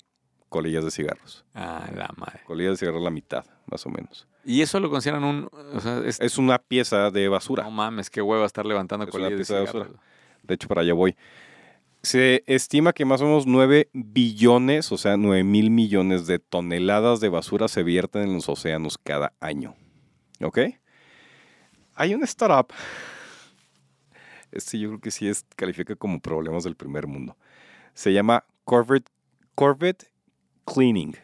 [SPEAKER 1] Colillas de cigarros.
[SPEAKER 2] Ah, la madre.
[SPEAKER 1] Colillas de cigarros la mitad, más o menos.
[SPEAKER 2] Y eso lo consideran un. O sea, es-
[SPEAKER 1] Es una pieza de basura.
[SPEAKER 2] no mames, qué hueva estar levantando
[SPEAKER 1] Es una
[SPEAKER 2] colillas de
[SPEAKER 1] pieza de
[SPEAKER 2] cigarros.
[SPEAKER 1] De hecho, para allá voy. Se estima que más o menos 9 billones, o sea, 9 mil millones de toneladas de basura se vierten en los océanos cada año. ¿Ok? Hay una startup. Este yo creo que sí es, califica como problemas del primer mundo. Se llama Corvette, Corvette Cleaning.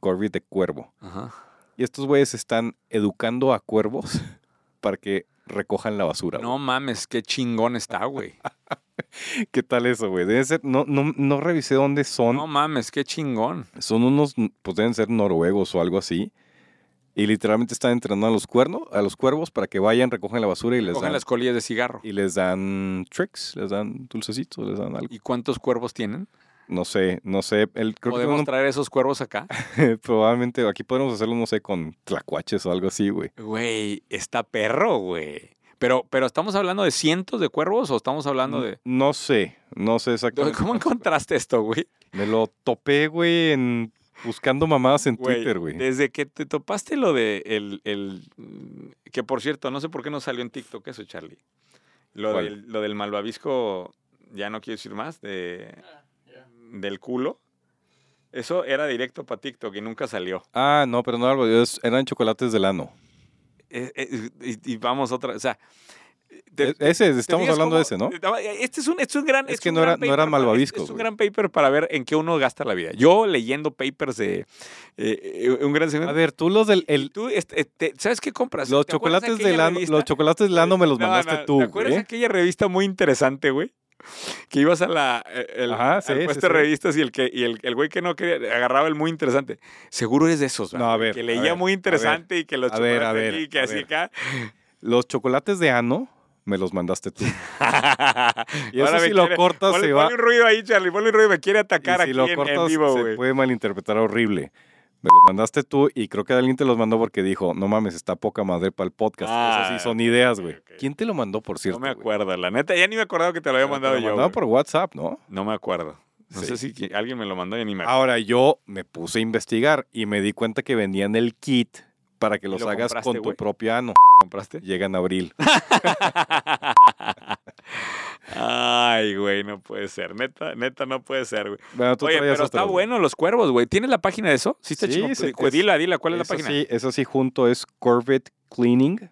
[SPEAKER 1] Corvette de cuervo.
[SPEAKER 2] Ajá.
[SPEAKER 1] Y estos güeyes están educando a cuervos para que recojan la basura. güey.
[SPEAKER 2] No mames, qué chingón está, güey.
[SPEAKER 1] Ah, ¿Qué tal eso, güey? Deben ser, no, no, no revisé dónde son.
[SPEAKER 2] No mames, qué chingón.
[SPEAKER 1] Son unos, pues deben ser noruegos o algo así. Y literalmente están entrenando a los cuernos, a los cuervos para que vayan, recogen la basura y les
[SPEAKER 2] Cogen
[SPEAKER 1] dan,
[SPEAKER 2] las colillas de cigarro.
[SPEAKER 1] y les dan tricks, les dan dulcecitos, les dan algo.
[SPEAKER 2] ¿Y cuántos cuervos tienen?
[SPEAKER 1] No sé, no sé. El, creo que
[SPEAKER 2] ¿Podemos
[SPEAKER 1] uno-
[SPEAKER 2] traer esos cuervos acá?
[SPEAKER 1] probablemente aquí podemos hacerlo, no sé, con tlacuaches o algo así, güey.
[SPEAKER 2] Güey, está perro, güey. Pero, pero ¿estamos hablando de cientos de cuervos o estamos
[SPEAKER 1] Mm.
[SPEAKER 2] hablando de...?
[SPEAKER 1] No sé, no sé exactamente.
[SPEAKER 2] ¿Cómo encontraste esto, güey?
[SPEAKER 1] Me lo topé, güey, en buscando mamadas en
[SPEAKER 2] Güey,
[SPEAKER 1] Twitter, güey.
[SPEAKER 2] Desde que te topaste lo de el, el- mm, que por cierto, no sé por qué no salió en TikTok eso, Charlie. Lo,
[SPEAKER 1] ¿Cuál?
[SPEAKER 2] del, lo del malvavisco, ya no quiero decir más, de, del culo. Eso era directo para TikTok y nunca salió.
[SPEAKER 1] Ah, no, pero no, algo, es- eran chocolates de lano.
[SPEAKER 2] Eh, eh, y, y vamos otra, o sea, te-
[SPEAKER 1] E- Ese,
[SPEAKER 2] ¿Te
[SPEAKER 1] estamos
[SPEAKER 2] fijas
[SPEAKER 1] hablando de ese, ¿no?
[SPEAKER 2] cómo- Este es un, este es un gran.
[SPEAKER 1] Es
[SPEAKER 2] este
[SPEAKER 1] que
[SPEAKER 2] un
[SPEAKER 1] no era-
[SPEAKER 2] gran
[SPEAKER 1] no era
[SPEAKER 2] paper para- este
[SPEAKER 1] malvavisco,
[SPEAKER 2] Es un
[SPEAKER 1] güey.
[SPEAKER 2] gran paper para ver en qué uno gasta la vida. Yo leyendo papers de. eh, eh, un gran
[SPEAKER 1] A
[SPEAKER 2] segmento.
[SPEAKER 1] ver, tú los del. el-
[SPEAKER 2] Tú, este, este, ¿sabes qué compras?
[SPEAKER 1] los,
[SPEAKER 2] ¿Te acuerdas de
[SPEAKER 1] chocolates de
[SPEAKER 2] aquella
[SPEAKER 1] lano,
[SPEAKER 2] revista?
[SPEAKER 1] los chocolates de lano me los
[SPEAKER 2] No,
[SPEAKER 1] mandaste
[SPEAKER 2] no,
[SPEAKER 1] tú,
[SPEAKER 2] ¿Te acuerdas
[SPEAKER 1] güey.
[SPEAKER 2] de aquella revista muy interesante, güey? Que ibas a la. eh, El,
[SPEAKER 1] Ajá,
[SPEAKER 2] al
[SPEAKER 1] sí, sí,
[SPEAKER 2] puesto
[SPEAKER 1] sí.
[SPEAKER 2] de revistas y el que y el, el güey que no quería, agarraba el muy interesante. Seguro eres de esos,
[SPEAKER 1] No,
[SPEAKER 2] ¿verdad?
[SPEAKER 1] a ver,
[SPEAKER 2] Que
[SPEAKER 1] a
[SPEAKER 2] leía
[SPEAKER 1] ver, a
[SPEAKER 2] muy
[SPEAKER 1] ver,
[SPEAKER 2] interesante y que los
[SPEAKER 1] a ver, a
[SPEAKER 2] chocolates
[SPEAKER 1] ver,
[SPEAKER 2] aquí, que
[SPEAKER 1] a
[SPEAKER 2] así
[SPEAKER 1] ver.
[SPEAKER 2] acá.
[SPEAKER 1] Los chocolates de ano me los mandaste tú. Y eso
[SPEAKER 2] Ahora me
[SPEAKER 1] si lo
[SPEAKER 2] quiere-
[SPEAKER 1] cortas
[SPEAKER 2] ponle,
[SPEAKER 1] se va.
[SPEAKER 2] ponle un ruido ahí, Charlie, ponle un ruido, me quiere
[SPEAKER 1] y
[SPEAKER 2] atacar
[SPEAKER 1] si
[SPEAKER 2] aquí
[SPEAKER 1] lo
[SPEAKER 2] en- en,
[SPEAKER 1] cortas
[SPEAKER 2] vivo,
[SPEAKER 1] se
[SPEAKER 2] güey.
[SPEAKER 1] puede malinterpretar horrible. Me los mandaste tú y creo que alguien te los mandó porque dijo, no mames, está poca madre para el podcast.
[SPEAKER 2] Ah,
[SPEAKER 1] Eso sí, son ideas, güey.
[SPEAKER 2] ok, ok.
[SPEAKER 1] ¿Quién te lo mandó, por cierto?
[SPEAKER 2] No me
[SPEAKER 1] güey?
[SPEAKER 2] acuerdo, la neta, ya ni me acordaba que te lo
[SPEAKER 1] Te
[SPEAKER 2] había
[SPEAKER 1] lo
[SPEAKER 2] mandado yo.
[SPEAKER 1] mandaron
[SPEAKER 2] güey.
[SPEAKER 1] por WhatsApp, ¿no?
[SPEAKER 2] No me acuerdo.
[SPEAKER 1] Sí.
[SPEAKER 2] No
[SPEAKER 1] Ah,
[SPEAKER 2] sé si qui- alguien me lo mandó y ni me acuerdo.
[SPEAKER 1] Ahora yo me puse a investigar y me di cuenta que vendían el kit para que
[SPEAKER 2] ¿Y
[SPEAKER 1] los
[SPEAKER 2] lo
[SPEAKER 1] hagas
[SPEAKER 2] compraste,
[SPEAKER 1] con tu
[SPEAKER 2] güey?
[SPEAKER 1] propio ano.
[SPEAKER 2] ¿Lo compraste?
[SPEAKER 1] Llega en abril.
[SPEAKER 2] Ay, güey, no puede ser. Neta, neta, no puede ser, güey.
[SPEAKER 1] Bueno, tú
[SPEAKER 2] Oye,
[SPEAKER 1] traías
[SPEAKER 2] pero está
[SPEAKER 1] otros, güey.
[SPEAKER 2] bueno los cuervos, güey. ¿Tienes la página de eso? Sí, está
[SPEAKER 1] Sí,
[SPEAKER 2] chido.
[SPEAKER 1] sí,
[SPEAKER 2] Pues,
[SPEAKER 1] es-
[SPEAKER 2] dila, dila, ¿cuál es la
[SPEAKER 1] Eso
[SPEAKER 2] página?
[SPEAKER 1] Sí, eso sí, junto es Corvette Cleaning,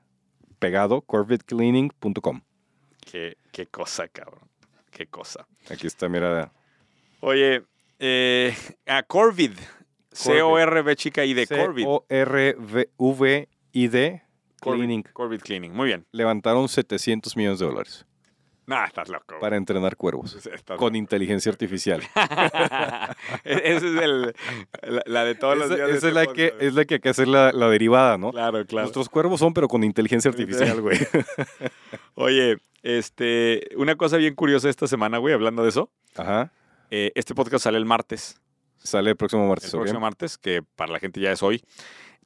[SPEAKER 1] pegado, corvettecleaning.com.
[SPEAKER 2] Qué, qué cosa, cabrón. Qué cosa.
[SPEAKER 1] Aquí está, mira.
[SPEAKER 2] Oye, eh, a Corvid. C-O-R-V chica y de Corvid.
[SPEAKER 1] C-O-R-V-I-D
[SPEAKER 2] Corvid-
[SPEAKER 1] Cleaning.
[SPEAKER 2] Corvid Cleaning. Muy bien.
[SPEAKER 1] Levantaron 700 millones de dólares
[SPEAKER 2] Nah, estás loco.
[SPEAKER 1] para entrenar cuervos
[SPEAKER 2] Estás
[SPEAKER 1] con inteligencia artificial.
[SPEAKER 2] Esa es el, la, la de todos los
[SPEAKER 1] Esa,
[SPEAKER 2] días. de
[SPEAKER 1] esa
[SPEAKER 2] este
[SPEAKER 1] es, la que,
[SPEAKER 2] podcast.
[SPEAKER 1] es la que hay que hacer la, la derivada, ¿no?
[SPEAKER 2] Claro, claro.
[SPEAKER 1] Nuestros cuervos son, pero con inteligencia artificial, güey.
[SPEAKER 2] Oye, este, una cosa bien curiosa esta semana, güey, hablando de eso.
[SPEAKER 1] Ajá.
[SPEAKER 2] eh, este podcast sale el martes,
[SPEAKER 1] Sale el próximo
[SPEAKER 2] el
[SPEAKER 1] martes. ¿ok?
[SPEAKER 2] próximo martes, que para la gente ya es hoy.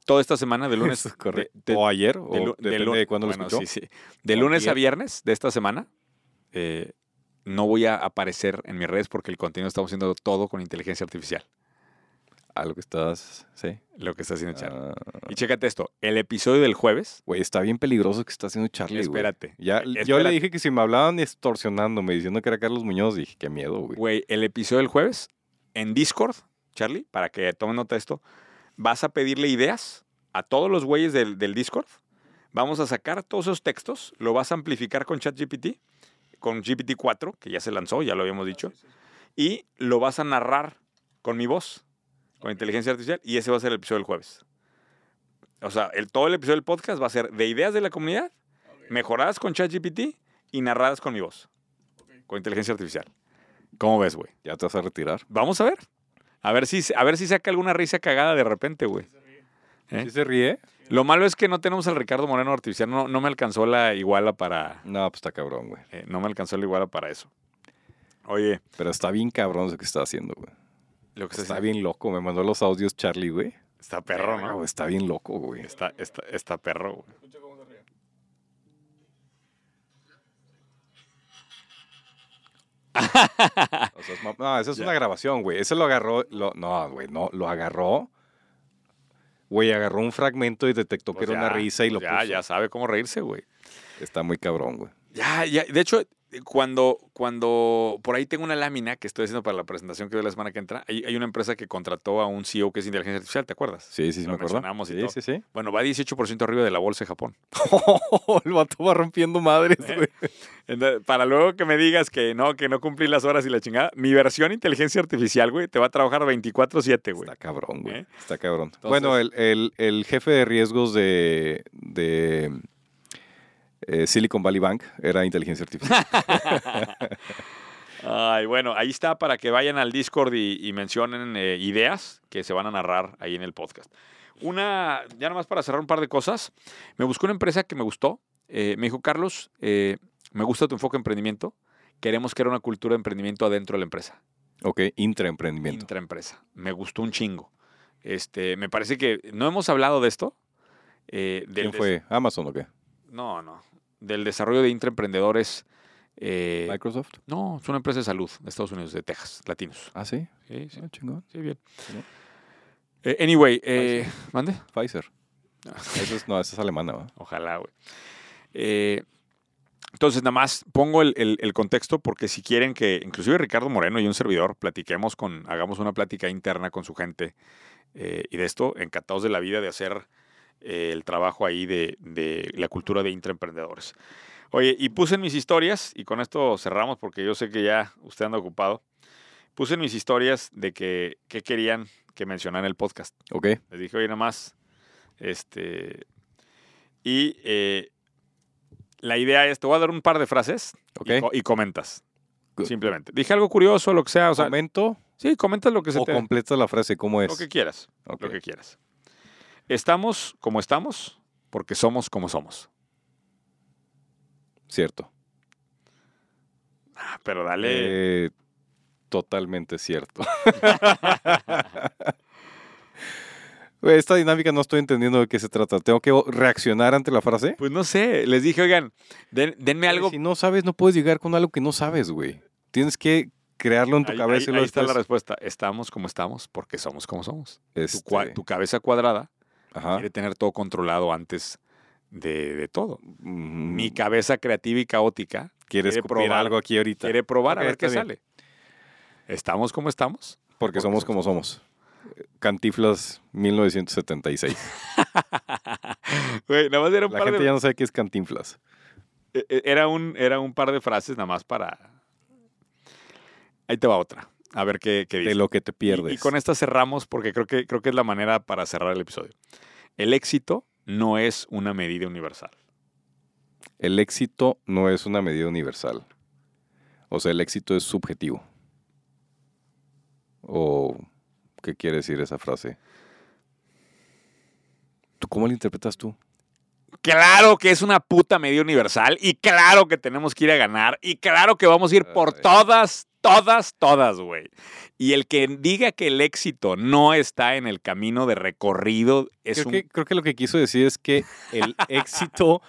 [SPEAKER 2] Toda esta semana, de lunes.
[SPEAKER 1] Es correcto.
[SPEAKER 2] de- de-
[SPEAKER 1] o ayer,
[SPEAKER 2] de lu-
[SPEAKER 1] o
[SPEAKER 2] de
[SPEAKER 1] depende
[SPEAKER 2] lu-
[SPEAKER 1] de cuándo
[SPEAKER 2] bueno,
[SPEAKER 1] lo escuchó.
[SPEAKER 2] sí, sí. De lunes a
[SPEAKER 1] Ayer.
[SPEAKER 2] viernes de esta semana, eh, no voy a aparecer en mis redes porque el contenido estamos haciendo todo con inteligencia artificial,
[SPEAKER 1] Algo que estás. Sí.
[SPEAKER 2] lo que está haciendo Charlie.
[SPEAKER 1] Ah,
[SPEAKER 2] Y chécate esto, el episodio del jueves,
[SPEAKER 1] Güey, está bien peligroso que está haciendo Charlie, güey.
[SPEAKER 2] espérate,
[SPEAKER 1] Ya, yo
[SPEAKER 2] espérate.
[SPEAKER 1] le dije que si me hablaban extorsionándome, diciendo que era Carlos Muñoz, dije, qué miedo, güey.
[SPEAKER 2] güey, el episodio del jueves en Discord, Charlie, para que tomen nota de esto, vas a pedirle ideas a todos los güeyes del, del Discord. Vamos a sacar todos esos textos, lo vas a amplificar con ChatGPT, con GPT-4, que ya se lanzó, ya lo habíamos dicho, y lo vas a narrar con mi voz, con inteligencia artificial, y ese va a ser el episodio del jueves. O sea, el, todo el episodio del podcast va a ser de ideas de la comunidad, mejoradas con ChatGPT y narradas con mi voz, con inteligencia artificial. ¿Cómo ves, güey?
[SPEAKER 1] Ya te vas a retirar.
[SPEAKER 2] Vamos a ver. A ver si, a ver si saca alguna risa cagada de repente, güey. ¿Eh?
[SPEAKER 1] ¿Sí se ríe?
[SPEAKER 2] Lo malo es que no tenemos al Ricardo Moreno artificial. No, no me alcanzó la iguala para.
[SPEAKER 1] No, pues está cabrón, güey.
[SPEAKER 2] eh, no me alcanzó la iguala para eso. Oye,
[SPEAKER 1] Pero está bien cabrón lo que está haciendo, güey.
[SPEAKER 2] lo que se
[SPEAKER 1] Está
[SPEAKER 2] haciendo-
[SPEAKER 1] bien loco. Me mandó los audios Charlie, güey.
[SPEAKER 2] Está perro,
[SPEAKER 1] Verga,
[SPEAKER 2] ¿no?
[SPEAKER 1] güey, Está bien loco, güey.
[SPEAKER 2] Está, está, está perro, güey.
[SPEAKER 1] O sea, es ma- no, esa es
[SPEAKER 2] Ya.
[SPEAKER 1] una grabación, güey. Ese lo agarró. lo- no, güey, no. Lo agarró. Güey, agarró un fragmento y detectó
[SPEAKER 2] Pues
[SPEAKER 1] que era
[SPEAKER 2] ya,
[SPEAKER 1] una risa y
[SPEAKER 2] pues
[SPEAKER 1] lo
[SPEAKER 2] ya,
[SPEAKER 1] puso.
[SPEAKER 2] ya sabe cómo reírse, güey.
[SPEAKER 1] Está muy cabrón, güey.
[SPEAKER 2] Ya, ya. De hecho, cuando, cuando por ahí tengo una lámina que estoy haciendo para la presentación que doy la semana que entra, hay, hay una empresa que contrató a un CEO que es inteligencia artificial, ¿te acuerdas?
[SPEAKER 1] Sí, sí, sí, me
[SPEAKER 2] Lo
[SPEAKER 1] acuerdo.
[SPEAKER 2] mencionamos y
[SPEAKER 1] sí,
[SPEAKER 2] todo.
[SPEAKER 1] sí, sí.
[SPEAKER 2] Bueno, va 18% arriba de la bolsa de Japón. Oh,
[SPEAKER 1] El vato va rompiendo madres, güey.
[SPEAKER 2] Entonces, para luego que me digas que no, que no cumplí las horas y la chingada, mi versión inteligencia artificial, güey, te va a trabajar 24-7, güey.
[SPEAKER 1] Está cabrón, güey.
[SPEAKER 2] ¿Eh?
[SPEAKER 1] Está cabrón. bueno, el, el- el jefe de riesgos de, de, eh, Silicon Valley Bank era inteligencia artificial.
[SPEAKER 2] Ay, bueno, ahí está para que vayan al Discord y, y mencionen eh, ideas que se van a narrar ahí en el podcast. Una, ya nomás para cerrar un par de cosas, me buscó una empresa que me gustó. eh, me dijo, Carlos, eh, me gusta tu enfoque de emprendimiento. Queremos crear una cultura de emprendimiento adentro de la empresa.
[SPEAKER 1] ok, intraemprendimiento.
[SPEAKER 2] Intraempresa. Me gustó un chingo. Este, me parece que no hemos hablado de esto. eh, del
[SPEAKER 1] ¿Quién
[SPEAKER 2] des-
[SPEAKER 1] fue? ¿Amazon o qué?
[SPEAKER 2] No, no. Del desarrollo de intraemprendedores. eh,
[SPEAKER 1] ¿Microsoft?
[SPEAKER 2] no, es una empresa de salud de Estados Unidos, de Texas, latinos.
[SPEAKER 1] Ah, sí.
[SPEAKER 2] Sí, sí,
[SPEAKER 1] Ah, chingón.
[SPEAKER 2] sí, bien.
[SPEAKER 1] ¿No?
[SPEAKER 2] Eh, anyway, eh, mande.
[SPEAKER 1] Pfizer.
[SPEAKER 2] Ah.
[SPEAKER 1] Eso es, no, esa es alemana, ¿va?
[SPEAKER 2] Ojalá, güey. Eh, entonces, nada más pongo el, el- el contexto porque si quieren que inclusive Ricardo Moreno y un servidor platiquemos con, hagamos una plática interna con su gente eh, y de esto, encantados de la vida de hacer eh, el trabajo ahí de, de la cultura de intraemprendedores. Oye, y puse en mis historias, y con esto cerramos porque yo sé que ya usted anda ocupado, puse en mis historias de que, que querían que mencionara en el podcast.
[SPEAKER 1] Ok.
[SPEAKER 2] Les dije, oye, nada más. Este. Y eh, la idea es: te voy a dar un par de frases y
[SPEAKER 1] Ok.
[SPEAKER 2] co- y, comentas.
[SPEAKER 1] Good.
[SPEAKER 2] Simplemente. Dije algo curioso, lo que sea. O sea,
[SPEAKER 1] ¿Momento
[SPEAKER 2] sí, comentas lo que se
[SPEAKER 1] o
[SPEAKER 2] te.
[SPEAKER 1] completa la frase? ¿Cómo es?
[SPEAKER 2] Lo que quieras.
[SPEAKER 1] Ok.
[SPEAKER 2] Lo que quieras. Estamos como estamos porque somos como somos.
[SPEAKER 1] Cierto.
[SPEAKER 2] Ah, pero dale.
[SPEAKER 1] Eh, totalmente cierto. Güey, Esta dinámica no estoy entendiendo de qué se trata. ¿Tengo que reaccionar ante la frase?
[SPEAKER 2] Pues no sé. Les dije, oigan, den- denme
[SPEAKER 1] Güey,
[SPEAKER 2] algo.
[SPEAKER 1] Si no sabes, no puedes llegar con algo que no sabes, güey. Tienes que crearlo en tu
[SPEAKER 2] Ahí-
[SPEAKER 1] cabeza y
[SPEAKER 2] ahí-
[SPEAKER 1] lo
[SPEAKER 2] ahí está la respuesta. Estamos como estamos porque somos como somos. Tu cua-
[SPEAKER 1] Este.
[SPEAKER 2] tu cabeza cuadrada
[SPEAKER 1] Ajá.
[SPEAKER 2] quiere tener todo controlado antes de, de todo.
[SPEAKER 1] Mm,
[SPEAKER 2] Mi cabeza creativa y caótica
[SPEAKER 1] ¿Quieres
[SPEAKER 2] quiere
[SPEAKER 1] probar
[SPEAKER 2] probar-
[SPEAKER 1] algo aquí ahorita?
[SPEAKER 2] quiere probar
[SPEAKER 1] Ok,
[SPEAKER 2] a ver qué
[SPEAKER 1] está
[SPEAKER 2] sale. ¿Estamos como estamos?
[SPEAKER 1] Porque somos como somos. Cantiflas 1976.
[SPEAKER 2] Güey, nada más era un,
[SPEAKER 1] La
[SPEAKER 2] par
[SPEAKER 1] gente
[SPEAKER 2] de, e,
[SPEAKER 1] ya no sabe qué es Cantinflas.
[SPEAKER 2] eh, eh, era, un, era un par de frases nada más para... Ahí te va otra. A ver qué, qué dice.
[SPEAKER 1] de lo que te pierdes.
[SPEAKER 2] Y, y con esta cerramos porque creo que, creo que es la manera para cerrar el episodio. El éxito no es una medida universal.
[SPEAKER 1] El éxito no es una medida universal. O sea, el éxito es subjetivo. ¿O qué quiere decir esa frase? ¿Tú cómo la interpretas tú?
[SPEAKER 2] Claro que es una puta medida universal y claro que tenemos que ir a ganar y claro que vamos a ir por
[SPEAKER 1] Ay.
[SPEAKER 2] todas, todas, todas, güey. Y el que diga que el éxito no está en el camino de recorrido es
[SPEAKER 1] Creo,
[SPEAKER 2] un...
[SPEAKER 1] que, creo que lo que quiso decir es que el éxito,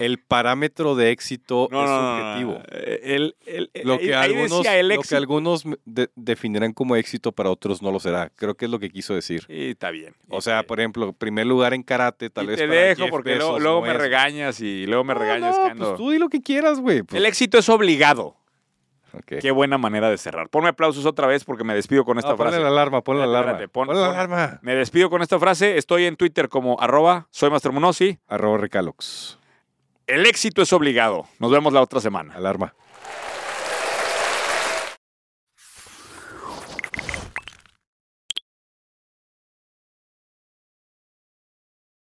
[SPEAKER 1] el parámetro de éxito
[SPEAKER 2] No,
[SPEAKER 1] es
[SPEAKER 2] no, no, no,
[SPEAKER 1] subjetivo.
[SPEAKER 2] no. eh, El- el- el-
[SPEAKER 1] Lo
[SPEAKER 2] ahí-
[SPEAKER 1] que
[SPEAKER 2] ahí
[SPEAKER 1] algunos,
[SPEAKER 2] decía el
[SPEAKER 1] lo que
[SPEAKER 2] éxito.
[SPEAKER 1] algunos de- definirán como éxito, para otros no lo será. Creo que es lo que quiso decir.
[SPEAKER 2] Y está bien.
[SPEAKER 1] O sea, por ejemplo, primer lugar en karate, tal
[SPEAKER 2] Y
[SPEAKER 1] vez
[SPEAKER 2] te
[SPEAKER 1] para
[SPEAKER 2] dejo
[SPEAKER 1] Jeff
[SPEAKER 2] porque luego,
[SPEAKER 1] Bezos
[SPEAKER 2] luego
[SPEAKER 1] no
[SPEAKER 2] me
[SPEAKER 1] es.
[SPEAKER 2] regañas y luego me
[SPEAKER 1] No,
[SPEAKER 2] regañas
[SPEAKER 1] no,
[SPEAKER 2] que ando-
[SPEAKER 1] pues tú di lo que quieras, güey. pues.
[SPEAKER 2] El éxito es obligado.
[SPEAKER 1] Ok.
[SPEAKER 2] Qué buena manera de cerrar. Ponme aplausos otra vez porque me despido con esta
[SPEAKER 1] No, ponle
[SPEAKER 2] frase.
[SPEAKER 1] la alarma, ponle la
[SPEAKER 2] Espérate,
[SPEAKER 1] alarma.
[SPEAKER 2] espérate, pon-
[SPEAKER 1] ponle la
[SPEAKER 2] pon-
[SPEAKER 1] alarma.
[SPEAKER 2] Me despido con esta frase. Estoy en Twitter como arroba soy Master Munoz y
[SPEAKER 1] Arroba Recalox.
[SPEAKER 2] El éxito es obligado. Nos vemos la otra semana.
[SPEAKER 1] Alarma.